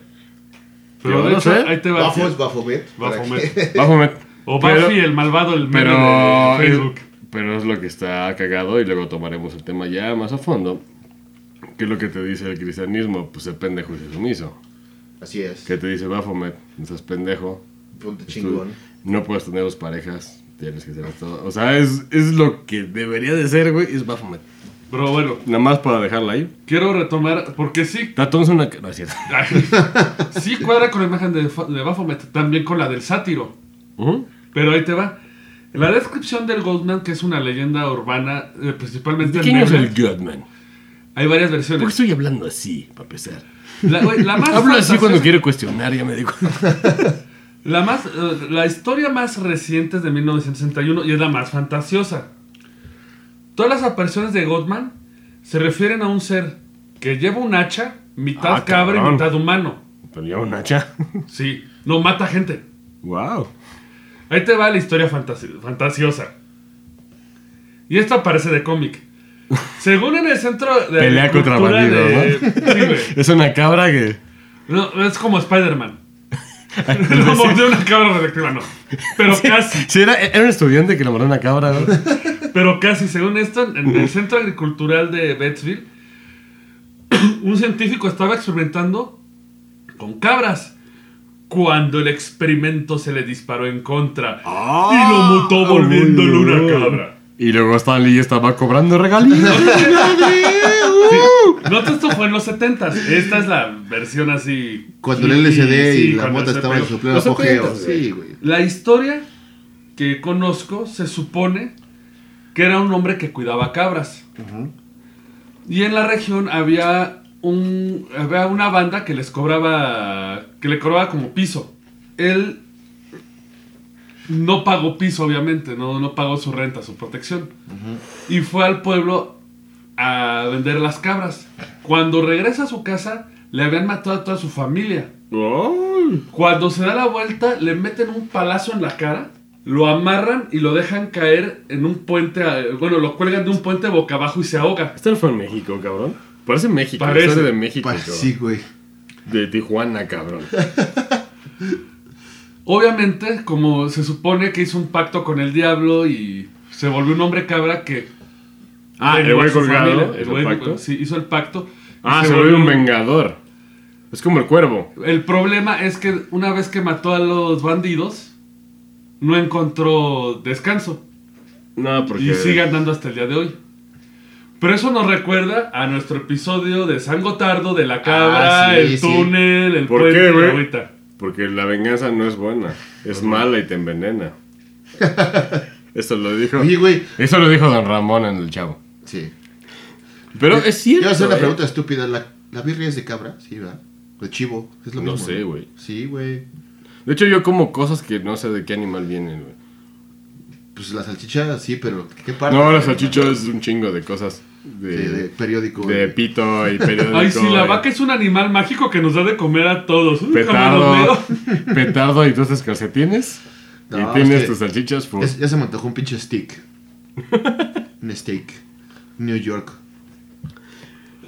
Speaker 2: pero de
Speaker 3: Yo no
Speaker 2: hecho,
Speaker 3: sé.
Speaker 2: ahí te va.
Speaker 4: Bafo es Bafomet. ¿para
Speaker 2: Baphomet.
Speaker 4: qué?
Speaker 3: Baphomet.
Speaker 2: O
Speaker 3: Pero-
Speaker 2: Buffy, el malvado, el meme
Speaker 3: Pero,
Speaker 2: de Facebook.
Speaker 3: es, pero es lo que está cagado y luego tomaremos el tema ya más a fondo. ¿Qué es lo que te dice el cristianismo? Pues el pendejo y el sumiso.
Speaker 4: Así es.
Speaker 3: ¿Qué te dice Baphomet? No seas pendejo.
Speaker 4: Ponte
Speaker 3: Tú
Speaker 4: chingón.
Speaker 3: No puedes tener dos parejas. Tienes que ser todo. O sea, es, es lo que debería de ser, güey. Es Baphomet.
Speaker 2: Pero bueno,
Speaker 3: Nada más para dejarla ahí.
Speaker 2: quiero retomar, porque sí,
Speaker 3: Tatón es una. No es cierto.
Speaker 2: sí cuadra con la imagen de, Fa- de Baphomet, también con la del sátiro.
Speaker 3: Ujú.
Speaker 2: Pero ahí te va. La descripción del Godman, que es una leyenda urbana, eh, principalmente en
Speaker 3: ¿Quién es el
Speaker 2: memes,
Speaker 3: Goodman?
Speaker 2: hay varias
Speaker 3: ¿Por qué
Speaker 2: versiones.
Speaker 3: estoy hablando así, para empezar?
Speaker 2: La, güey, la más
Speaker 3: Hablo así cuando
Speaker 2: fantasiosa-
Speaker 3: quiero cuestionar, ya me digo.
Speaker 2: La, más, eh, la historia más reciente es de 1961 y es la más fantasiosa. Todas las apariciones de Godman se refieren a un ser que lleva un hacha, mitad
Speaker 3: Ah,
Speaker 2: cabra y
Speaker 3: cabrón.
Speaker 2: mitad humano.
Speaker 3: Pero lleva un hacha.
Speaker 2: Sí, no mata gente.
Speaker 3: Wow.
Speaker 2: Ahí te va la historia fantasi- fantasiosa. Y esta parece de cómic. Según en el centro de
Speaker 3: Pelea
Speaker 2: Agricultura
Speaker 3: contra bandidos,
Speaker 2: de- Sí, güey.
Speaker 3: Es una cabra que.
Speaker 2: No, es como Spider-Man. Lo mordió una cabra radioactiva, no. Pero casi,
Speaker 3: Sí, era, era un estudiante que le mordió una cabra. güey.
Speaker 2: pero casi. Según esto, en en el centro agricultural de Bettsville, un científico estaba experimentando con cabras. Cuando el experimento se le disparó en contra y
Speaker 4: Ah,
Speaker 2: lo mutó volviéndolo una cabra.
Speaker 3: Y luego Stanley estaba cobrando regalías.
Speaker 2: No, todo esto fue en los 70 Esta es la versión así.
Speaker 4: Cuando
Speaker 2: Sí,
Speaker 4: el LCD y
Speaker 2: sí,
Speaker 4: la
Speaker 2: cuando
Speaker 4: mota
Speaker 2: se
Speaker 4: estaban en
Speaker 2: pegó.
Speaker 4: su pleno
Speaker 3: Los
Speaker 4: apogeo.
Speaker 3: 70s, güey.
Speaker 4: Sí, güey.
Speaker 2: La historia que conozco se supone que era un hombre que cuidaba cabras. Y en la región había un había una banda que les cobraba que le cobraba como piso. Él no pagó piso, obviamente, no, no pagó su renta, su protección. Y fue al pueblo a vender las cabras. Cuando regresa a su casa, le habían matado a toda su familia.
Speaker 3: Ay.
Speaker 2: Cuando se da la vuelta, le meten un palazo en la cara, lo amarran y lo dejan caer en un puente. eh, Bueno, lo cuelgan de un puente boca abajo y se ahoga.
Speaker 3: Este no fue en México, cabrón. Parece México.
Speaker 2: Parece.
Speaker 3: Parece Pues de México.
Speaker 4: Pa-
Speaker 3: cabrón.
Speaker 4: Sí, güey.
Speaker 3: De Tijuana, cabrón.
Speaker 2: Obviamente, como se supone que hizo un pacto con el diablo y se volvió un hombre cabra que.
Speaker 3: Ah, el
Speaker 2: vengó a
Speaker 3: güey
Speaker 2: su
Speaker 3: colgado.
Speaker 2: familia, El
Speaker 3: ¿es el
Speaker 2: güey
Speaker 3: pacto?
Speaker 2: sí, hizo el pacto. y
Speaker 3: Ah, se volvió un vengador. Es como el cuervo.
Speaker 2: El problema es que una vez que mató a los bandidos, no encontró descanso.
Speaker 3: No, porque.
Speaker 2: Y sigue andando hasta el día de hoy. Pero eso nos recuerda a nuestro episodio de San Gotardo, de la cabra,
Speaker 4: Ah, sí,
Speaker 2: el
Speaker 4: sí.
Speaker 2: túnel, el
Speaker 3: ¿Por
Speaker 2: puente,
Speaker 3: qué,
Speaker 2: la
Speaker 3: güey?
Speaker 2: agüita.
Speaker 3: Porque la venganza no es buena. Es mala y te envenena. Eso lo dijo.
Speaker 4: Oye, güey.
Speaker 3: Eso lo dijo Don Ramón en el chavo.
Speaker 4: Sí.
Speaker 3: Pero es
Speaker 4: Yo
Speaker 3: cierto.
Speaker 4: voy a hacer una
Speaker 3: ¿eh?
Speaker 4: pregunta estúpida. ¿La, la birria es de cabra? Sí, ¿verdad? De chivo. Es lo
Speaker 3: No
Speaker 4: mismo,
Speaker 3: sé, güey.
Speaker 4: Sí, güey.
Speaker 3: De hecho, yo como cosas que no sé de qué animal vienen, güey.
Speaker 4: Pues la salchicha, sí, pero ¿qué parte?
Speaker 3: No, la salchicha es un chingo de cosas.
Speaker 4: Sí, de
Speaker 3: De,
Speaker 4: periódico.
Speaker 3: de
Speaker 4: güey.
Speaker 3: pito y periódico.
Speaker 2: Ay, sí, la
Speaker 3: y
Speaker 2: vaca es un animal mágico que nos da de comer a todos. Uy, jamás lo
Speaker 3: Petardo.
Speaker 2: veo.
Speaker 3: Petardo y tú haces calcetines.
Speaker 4: No,
Speaker 3: y tienes
Speaker 4: es que-
Speaker 3: tus salchichas. pues. fu-
Speaker 4: Es- ya se me antojó un pinche steak. un steak. New York.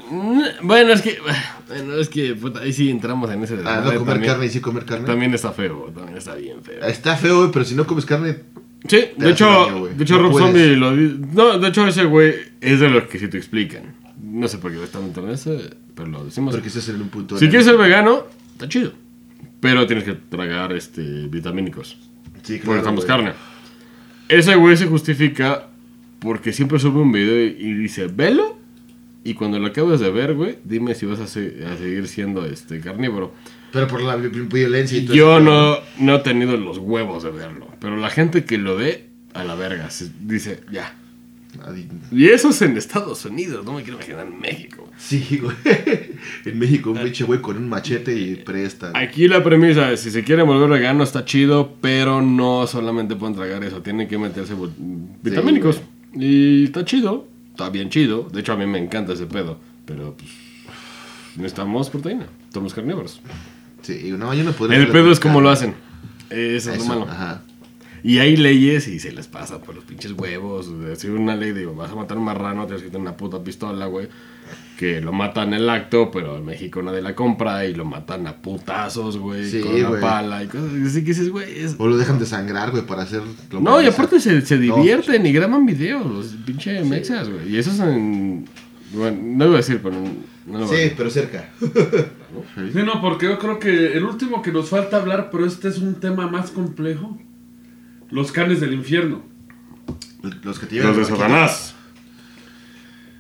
Speaker 3: Mm, Bueno, es que. Bueno, es que. puta, ahí sí entramos en ese.
Speaker 4: Ah, no
Speaker 3: desmadre
Speaker 4: comer
Speaker 3: también.
Speaker 4: carne y sí comer carne.
Speaker 3: También está feo, también está bien feo.
Speaker 4: Está feo, güey, pero si no comes carne,
Speaker 3: Sí,
Speaker 4: Te
Speaker 3: de
Speaker 4: hace
Speaker 3: hecho,
Speaker 4: daño, güey.
Speaker 3: de hecho
Speaker 4: No
Speaker 3: Rob
Speaker 4: puedes.
Speaker 3: Zombie lo di- No, de hecho ese güey es de los que si te explican. No sé por qué está en internet, ese, pero lo decimos.
Speaker 4: porque estás en un punto.
Speaker 3: Si
Speaker 4: de-
Speaker 3: quieres ser vegano, está chido. Pero tienes que tragar este vitamínicos.
Speaker 4: Sí, claro,
Speaker 3: porque estamos
Speaker 4: güey.
Speaker 3: pues carne. Ese güey se justifica porque siempre sube un video y dice, velo. Y cuando lo acabas de ver, güey, dime si vas a, se- a seguir siendo este carnívoro.
Speaker 4: Pero por la vi- vi- violencia y todo
Speaker 3: Yo
Speaker 4: eso.
Speaker 3: no, no he tenido los huevos de verlo. Pero la gente que lo ve, a la verga, se dice, ya.
Speaker 4: Adi-
Speaker 3: Y eso es en Estados Unidos, no me quiero imaginar en México.
Speaker 4: Sí, güey. en México, un
Speaker 3: Ah.
Speaker 4: pinche güey con un machete y presta.
Speaker 3: Aquí la premisa es, si se quieren volver vegano está chido, pero no solamente pueden tragar eso, tienen que meterse vol- vitamínicos. y está chido, está bien chido. De hecho, a mí me encanta ese pedo, pero pues, necesitamos proteína, somos carnívoros.
Speaker 4: Sí, no, yo no podría.
Speaker 3: El
Speaker 4: hacer
Speaker 3: pedo
Speaker 4: la
Speaker 3: es como
Speaker 4: carne.
Speaker 3: lo hacen. Eso es lo
Speaker 4: Eso,
Speaker 3: malo.
Speaker 4: Ajá.
Speaker 3: Y hay leyes y se les pasa por los pinches huevos. Si una ley, digo, vas a matar un marrano, tienes que tener una puta pistola, güey. Que lo matan en el acto, pero en México nadie la compra y lo matan a putazos, güey.
Speaker 4: Sí,
Speaker 3: con una
Speaker 4: güey.
Speaker 3: pala y cosas así que dices, güey. es-
Speaker 4: O lo dejan de sangrar, güey, para hacer. lo
Speaker 3: No, y
Speaker 4: que
Speaker 3: aparte
Speaker 4: hacen.
Speaker 3: se, se
Speaker 4: No.
Speaker 3: divierten y graban videos, los pinche mexas, güey. Y eso es en. Bueno, no iba a decir, pero. No lo voy a
Speaker 4: Sí,
Speaker 3: decir.
Speaker 4: pero cerca.
Speaker 2: Sí, no, porque yo creo que el último que nos falta hablar, pero este es un tema más complejo. Los canes del infierno.
Speaker 4: Los que te llevan.
Speaker 3: Los de Satanás.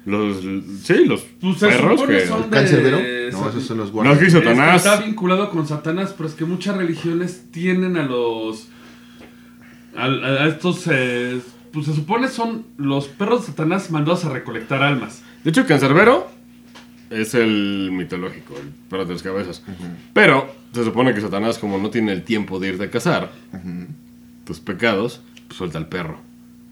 Speaker 3: Los. Sí, los
Speaker 2: Pues se
Speaker 3: perros
Speaker 2: supone
Speaker 3: que.
Speaker 2: son-
Speaker 4: ¿Cancerbero?
Speaker 2: Eh,
Speaker 4: No, esos son los
Speaker 3: No,
Speaker 4: guardias.
Speaker 3: que hizo Satanás.
Speaker 2: Es que está vinculado con Satanás, pero es que muchas religiones tienen a los. A, a- a estos. eh, pues se supone son los perros de Satanás mandados a recolectar almas.
Speaker 3: De hecho, Cancerbero es el mitológico, el perro de las cabezas. Pero se supone que Satanás, como no tiene el tiempo de irte a cazar tus pecados, pues, suelta al perro.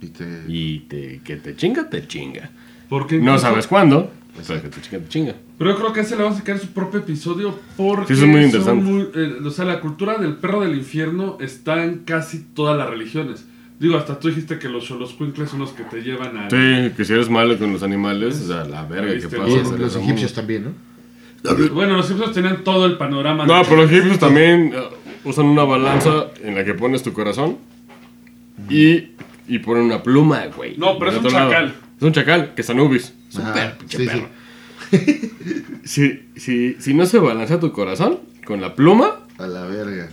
Speaker 4: Y te-
Speaker 3: Y te, que te chinga, te chinga.
Speaker 2: Porque
Speaker 3: No
Speaker 2: incluso-
Speaker 3: sabes cuándo, pero que te chinga, te chinga.
Speaker 2: Pero yo creo que ese le vamos a sacar su propio episodio porque.
Speaker 3: Sí, eso es muy
Speaker 2: son
Speaker 3: interesante.
Speaker 2: muy- eh, o sea, la cultura del perro del infierno está en casi todas las religiones. Digo, hasta tú dijiste que los Xoloscuincles son los que te llevan a.
Speaker 3: Sí, que si eres malo con los animales, o sea, la verga que
Speaker 2: Viste,
Speaker 3: pasa.
Speaker 4: y
Speaker 2: vas a
Speaker 4: los egipcios también, ¿no?
Speaker 2: Bueno, los egipcios tenían todo el panorama.
Speaker 3: No,
Speaker 2: de-
Speaker 3: pero los egipcios también. eh, usan una balanza en la que pones tu corazón y, y ponen una pluma, güey.
Speaker 2: No, pero es
Speaker 3: Del
Speaker 2: un
Speaker 3: otro lado.
Speaker 2: chacal.
Speaker 3: Es un chacal, que es Anubis. Es un
Speaker 4: Ajá,
Speaker 3: perro, pinche
Speaker 4: sí,
Speaker 3: perro. Si, si, si no se balancea tu corazón con la pluma,
Speaker 4: sí. A la verga.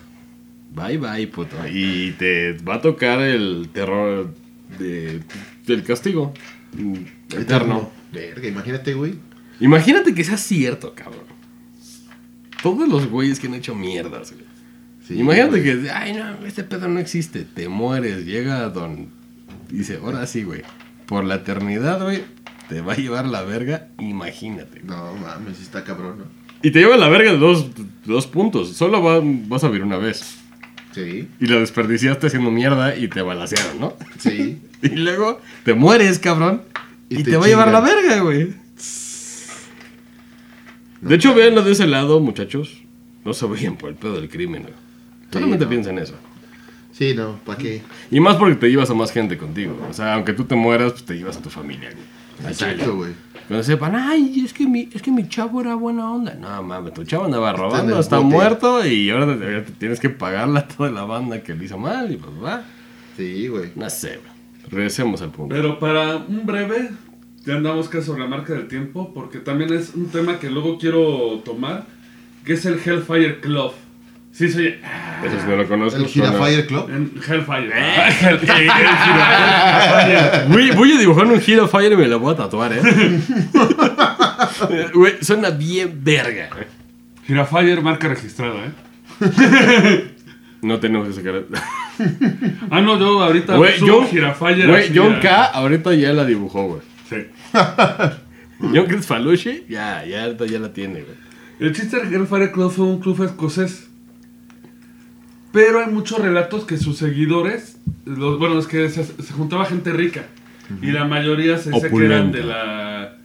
Speaker 3: bye bye, puto. Y te va a tocar el terror de- del castigo mm, eterno.
Speaker 4: Verga, imagínate, güey.
Speaker 3: Imagínate que sea cierto, cabrón. Todos los güeyes que han hecho mierdas, güey.
Speaker 4: Sí,
Speaker 3: Imagínate
Speaker 4: güey.
Speaker 3: que, ay, no, este pedo no existe. Te mueres, llega Don. Dice, ahora sí, güey. Por la eternidad, güey, te va a llevar la verga. Imagínate.
Speaker 4: No mames, sí está cabrón, ¿no?
Speaker 3: Y te lleva la verga de dos, dos puntos. Solo va- vas a vivir una vez.
Speaker 4: Sí,
Speaker 3: Y la desperdiciaste haciendo mierda y te balacearon, ¿no?
Speaker 4: sí.
Speaker 3: Y luego te mueres, cabrón. Y,
Speaker 4: Y
Speaker 3: te,
Speaker 4: te
Speaker 3: va a llevar la
Speaker 4: chingan.
Speaker 3: verga, güey. de hecho, véanlo de ese lado, muchachos. No se vayan por el pedo del crimen, güey. Solamente
Speaker 4: no.
Speaker 3: piensa en eso.
Speaker 4: Sí, no, ¿para qué?
Speaker 3: Y más porque te llevas a más gente contigo. O sea, aunque tú te mueras, pues te llevas a tu familia, güey. Al chile.
Speaker 4: Exacto, güey.
Speaker 3: Cuando sepan, ay, es que, mi, es que mi chavo era buena onda. No mames, tu chavo andaba
Speaker 4: en
Speaker 3: robando,
Speaker 4: el
Speaker 3: está
Speaker 4: bote.
Speaker 3: muerto y ahora te, ahora te tienes que pagarla a toda la banda que le hizo mal y pues va.
Speaker 4: Sí, güey.
Speaker 3: No sé, güey. Regresemos al punto.
Speaker 2: Pero para un breve, ya andamos casi sobre la marca del tiempo, porque también es un tema que luego quiero tomar, que es el Hellfire Club. Sí, soy
Speaker 3: Eso si no lo conozco.
Speaker 4: El Girafire Club.
Speaker 2: en Hellfire.
Speaker 3: Eh. Güey, voy a dibujar un Hero Fire y me la voy a tatuar, ¿eh? Güey, suena bien verga.
Speaker 2: Girafire, marca registrada, ¿eh?
Speaker 3: No tenemos esa cara.
Speaker 2: Ah, no, yo ahorita
Speaker 3: Güey,
Speaker 2: subo
Speaker 3: John,
Speaker 2: Girafire.
Speaker 3: güey,
Speaker 2: así,
Speaker 3: John
Speaker 2: eh.
Speaker 3: K. ahorita ya la dibujó, güey.
Speaker 2: Sí.
Speaker 3: John Chris Falushi, ya, ya, ahorita ya la tiene, güey.
Speaker 2: El chiste del Hellfire Club fue un club escocés. Pero hay muchos relatos que sus seguidores, los, bueno, es que se, se juntaba gente rica. Y la mayoría se dice que eran
Speaker 3: Opulenta.
Speaker 2: de la.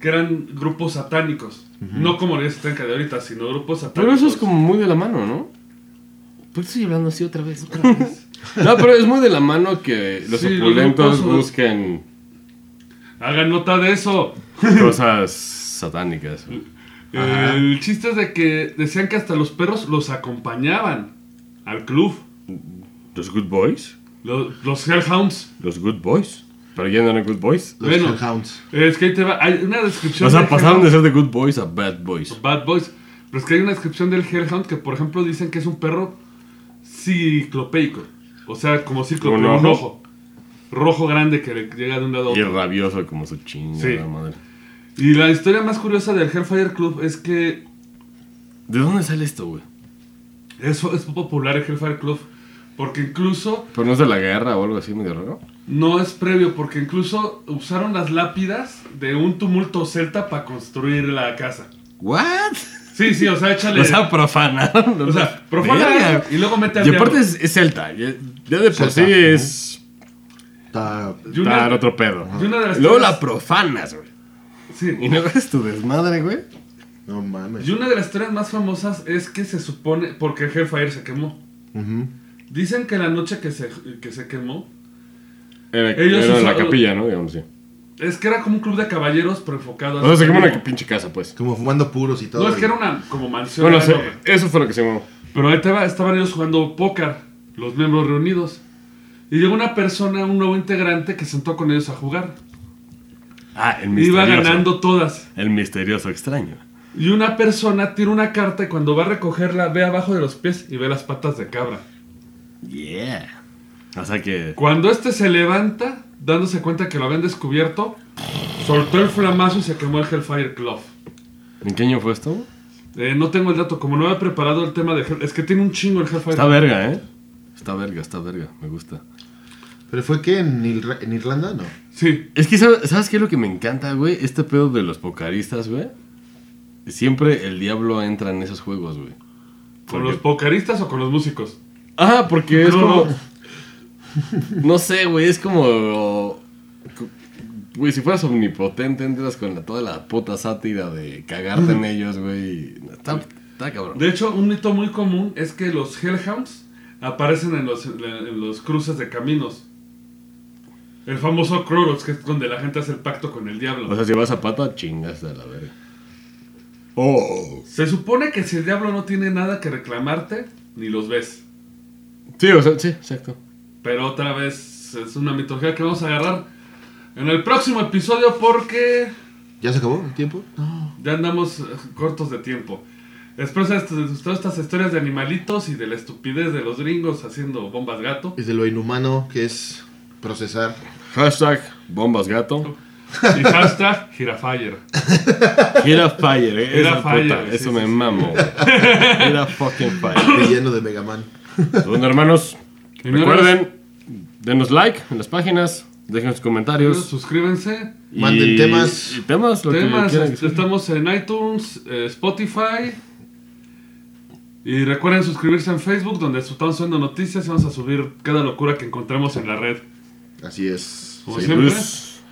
Speaker 2: que eran grupos satánicos. No como la satánica de ahorita, sino grupos satánicos.
Speaker 3: Pero eso es como muy de la mano, ¿no? Por eso estoy hablando así otra vez. no, pero es muy de la mano que los
Speaker 2: Sí, los
Speaker 3: opulentos
Speaker 2: grupos, ¿no?
Speaker 3: busquen
Speaker 2: Hagan nota de eso.
Speaker 3: cosas satánicas. güey.
Speaker 2: El chiste es de que decían que hasta los perros los acompañaban al club.
Speaker 3: Los Good Boys,
Speaker 2: Los, los Hellhounds.
Speaker 3: los Good Boys. Pero ya no eran Good Boys.
Speaker 4: Los
Speaker 2: Bueno.
Speaker 4: Hellhounds.
Speaker 2: Es que ahí te va. Hay una descripción.
Speaker 3: O sea,
Speaker 2: de
Speaker 3: pasaron
Speaker 2: Hellhounds.
Speaker 3: de ser de Good Boys a Bad Boys.
Speaker 2: Bad Boys. Pero es que hay una descripción del Hellhound que, por ejemplo, dicen que es un perro ciclopeico. O sea, como ciclope,
Speaker 3: ¿Un
Speaker 2: un,
Speaker 3: ojo?
Speaker 2: ojo. Rojo grande que le llega de un lado a
Speaker 3: Y
Speaker 2: otro.
Speaker 3: rabioso como su chingada
Speaker 2: Sí.
Speaker 3: madre.
Speaker 2: Y la historia más curiosa del Hellfire Club es que
Speaker 3: ¿De dónde sale esto, güey?
Speaker 2: eso es popular el Hellfire Club. Porque incluso
Speaker 3: ¿Pero no es de la guerra o algo así medio raro?
Speaker 2: no es previo, porque incluso usaron las lápidas de un tumulto celta para construir la casa.
Speaker 3: ¿What?
Speaker 2: Sí, sí, o sea, échale.
Speaker 3: O sea, profanaron.
Speaker 2: o sea, profana
Speaker 3: verga.
Speaker 2: algo y luego mete al
Speaker 3: Y aparte
Speaker 2: diablo.
Speaker 3: es, es celta. Ya, ya de por
Speaker 4: Celta.
Speaker 3: sí es.
Speaker 4: Está...
Speaker 2: Y una-
Speaker 3: dar otro pedo.
Speaker 2: y una de las
Speaker 3: Luego
Speaker 2: cosas-
Speaker 3: la profanas, güey.
Speaker 2: sí.
Speaker 3: Y luego es tu desmadre, güey.
Speaker 4: No mames.
Speaker 2: Y una de las historias más famosas es que se supone, porque el Hellfire se quemó.
Speaker 4: Ujú.
Speaker 2: Dicen que la noche que se, que se quemó,
Speaker 3: Era,
Speaker 2: Ellos
Speaker 3: era la
Speaker 2: usaron-
Speaker 3: capilla, ¿no? Digamos así.
Speaker 2: es que era como un club de caballeros, pero enfocado
Speaker 3: O sea, se quemó
Speaker 2: como
Speaker 3: una pinche casa, pues.
Speaker 4: Como fumando puros y todo.
Speaker 2: No, es que era
Speaker 4: güey.
Speaker 2: una como mansión.
Speaker 3: Bueno, se-
Speaker 2: enorme.
Speaker 3: eso fue lo que se llamó.
Speaker 2: Pero ahí te va, estaban ellos jugando póker, los miembros reunidos. Y llegó una persona, un nuevo integrante, que sentó con ellos a jugar.
Speaker 3: Ah, el
Speaker 2: Iba ganando todas.
Speaker 3: El misterioso extraño.
Speaker 2: Y una persona tira una carta y cuando va a recogerla ve abajo de los pies y ve las patas de cabra.
Speaker 3: Yeah. O sea que.
Speaker 2: Cuando este se levanta, dándose cuenta que lo habían descubierto, soltó el flamazo y se quemó el Hellfire Club.
Speaker 3: ¿En qué año fue esto?
Speaker 2: Eh, no tengo el dato, como no había preparado el tema de Hell- Es que tiene un chingo el Hellfire
Speaker 3: Está verga, ¿eh? Está verga, está verga. Me gusta.
Speaker 4: ¿Pero fue que en, Irla- en Irlanda? No.
Speaker 2: Sí,
Speaker 3: Es que, ¿sabes, ¿sabes qué es lo que me encanta, güey? Este pedo de los pocaristas, güey. Siempre el diablo entra en esos juegos, güey.
Speaker 2: con
Speaker 3: Porque-
Speaker 2: los pocaristas o con los músicos.
Speaker 3: Ah, porque es
Speaker 2: No.
Speaker 3: como. No sé, güey, es como. Güey, si fueras omnipotente, entras con la- toda la puta sátira de cagarte en ellos, güey. Está, está cabrón.
Speaker 2: De hecho, un mito muy común es que los Hellhounds aparecen en los, en los cruces de caminos. El famoso Croros, que es donde la gente hace el pacto con el diablo.
Speaker 3: O sea, si vas a pata, chingas de la verga. Oh.
Speaker 2: Se supone que si el diablo no tiene nada que reclamarte, ni los ves.
Speaker 3: Sí, o sea, sí, exacto.
Speaker 2: Pero otra vez es una mitología que vamos a agarrar en el próximo episodio porque
Speaker 4: ¿Ya se acabó el tiempo?
Speaker 2: ya andamos eh, cortos de tiempo. Espero que les gustado estas historias de animalitos y de la estupidez de los gringos haciendo bombas gato.
Speaker 4: Es de lo inhumano que es procesar.
Speaker 3: Hashtag bombas gato.
Speaker 2: Y hashtag girafire.
Speaker 3: Era fire, eh.
Speaker 2: Era
Speaker 3: Esa
Speaker 2: fire,
Speaker 3: puta,
Speaker 2: sí,
Speaker 3: eso
Speaker 2: sí,
Speaker 3: me
Speaker 2: sí.
Speaker 3: mamo. güey. Era fucking fire.
Speaker 4: Relleno de Mega Man.
Speaker 3: Bueno, hermanos,
Speaker 2: Y no
Speaker 3: recuerden, denos like en las páginas, dejen sus comentarios.
Speaker 2: Suscríbanse.
Speaker 3: y-
Speaker 4: Manden temas.
Speaker 3: Y temas, lo que
Speaker 2: Temas, este,
Speaker 3: quieran.
Speaker 2: est- estamos en iTunes, eh, Spotify. Y recuerden suscribirse en Facebook, donde estamos subiendo noticias y vamos a subir cada locura que encontremos en la red.
Speaker 4: Así es.
Speaker 2: Como
Speaker 4: Sí.
Speaker 2: siempre.
Speaker 3: Pues,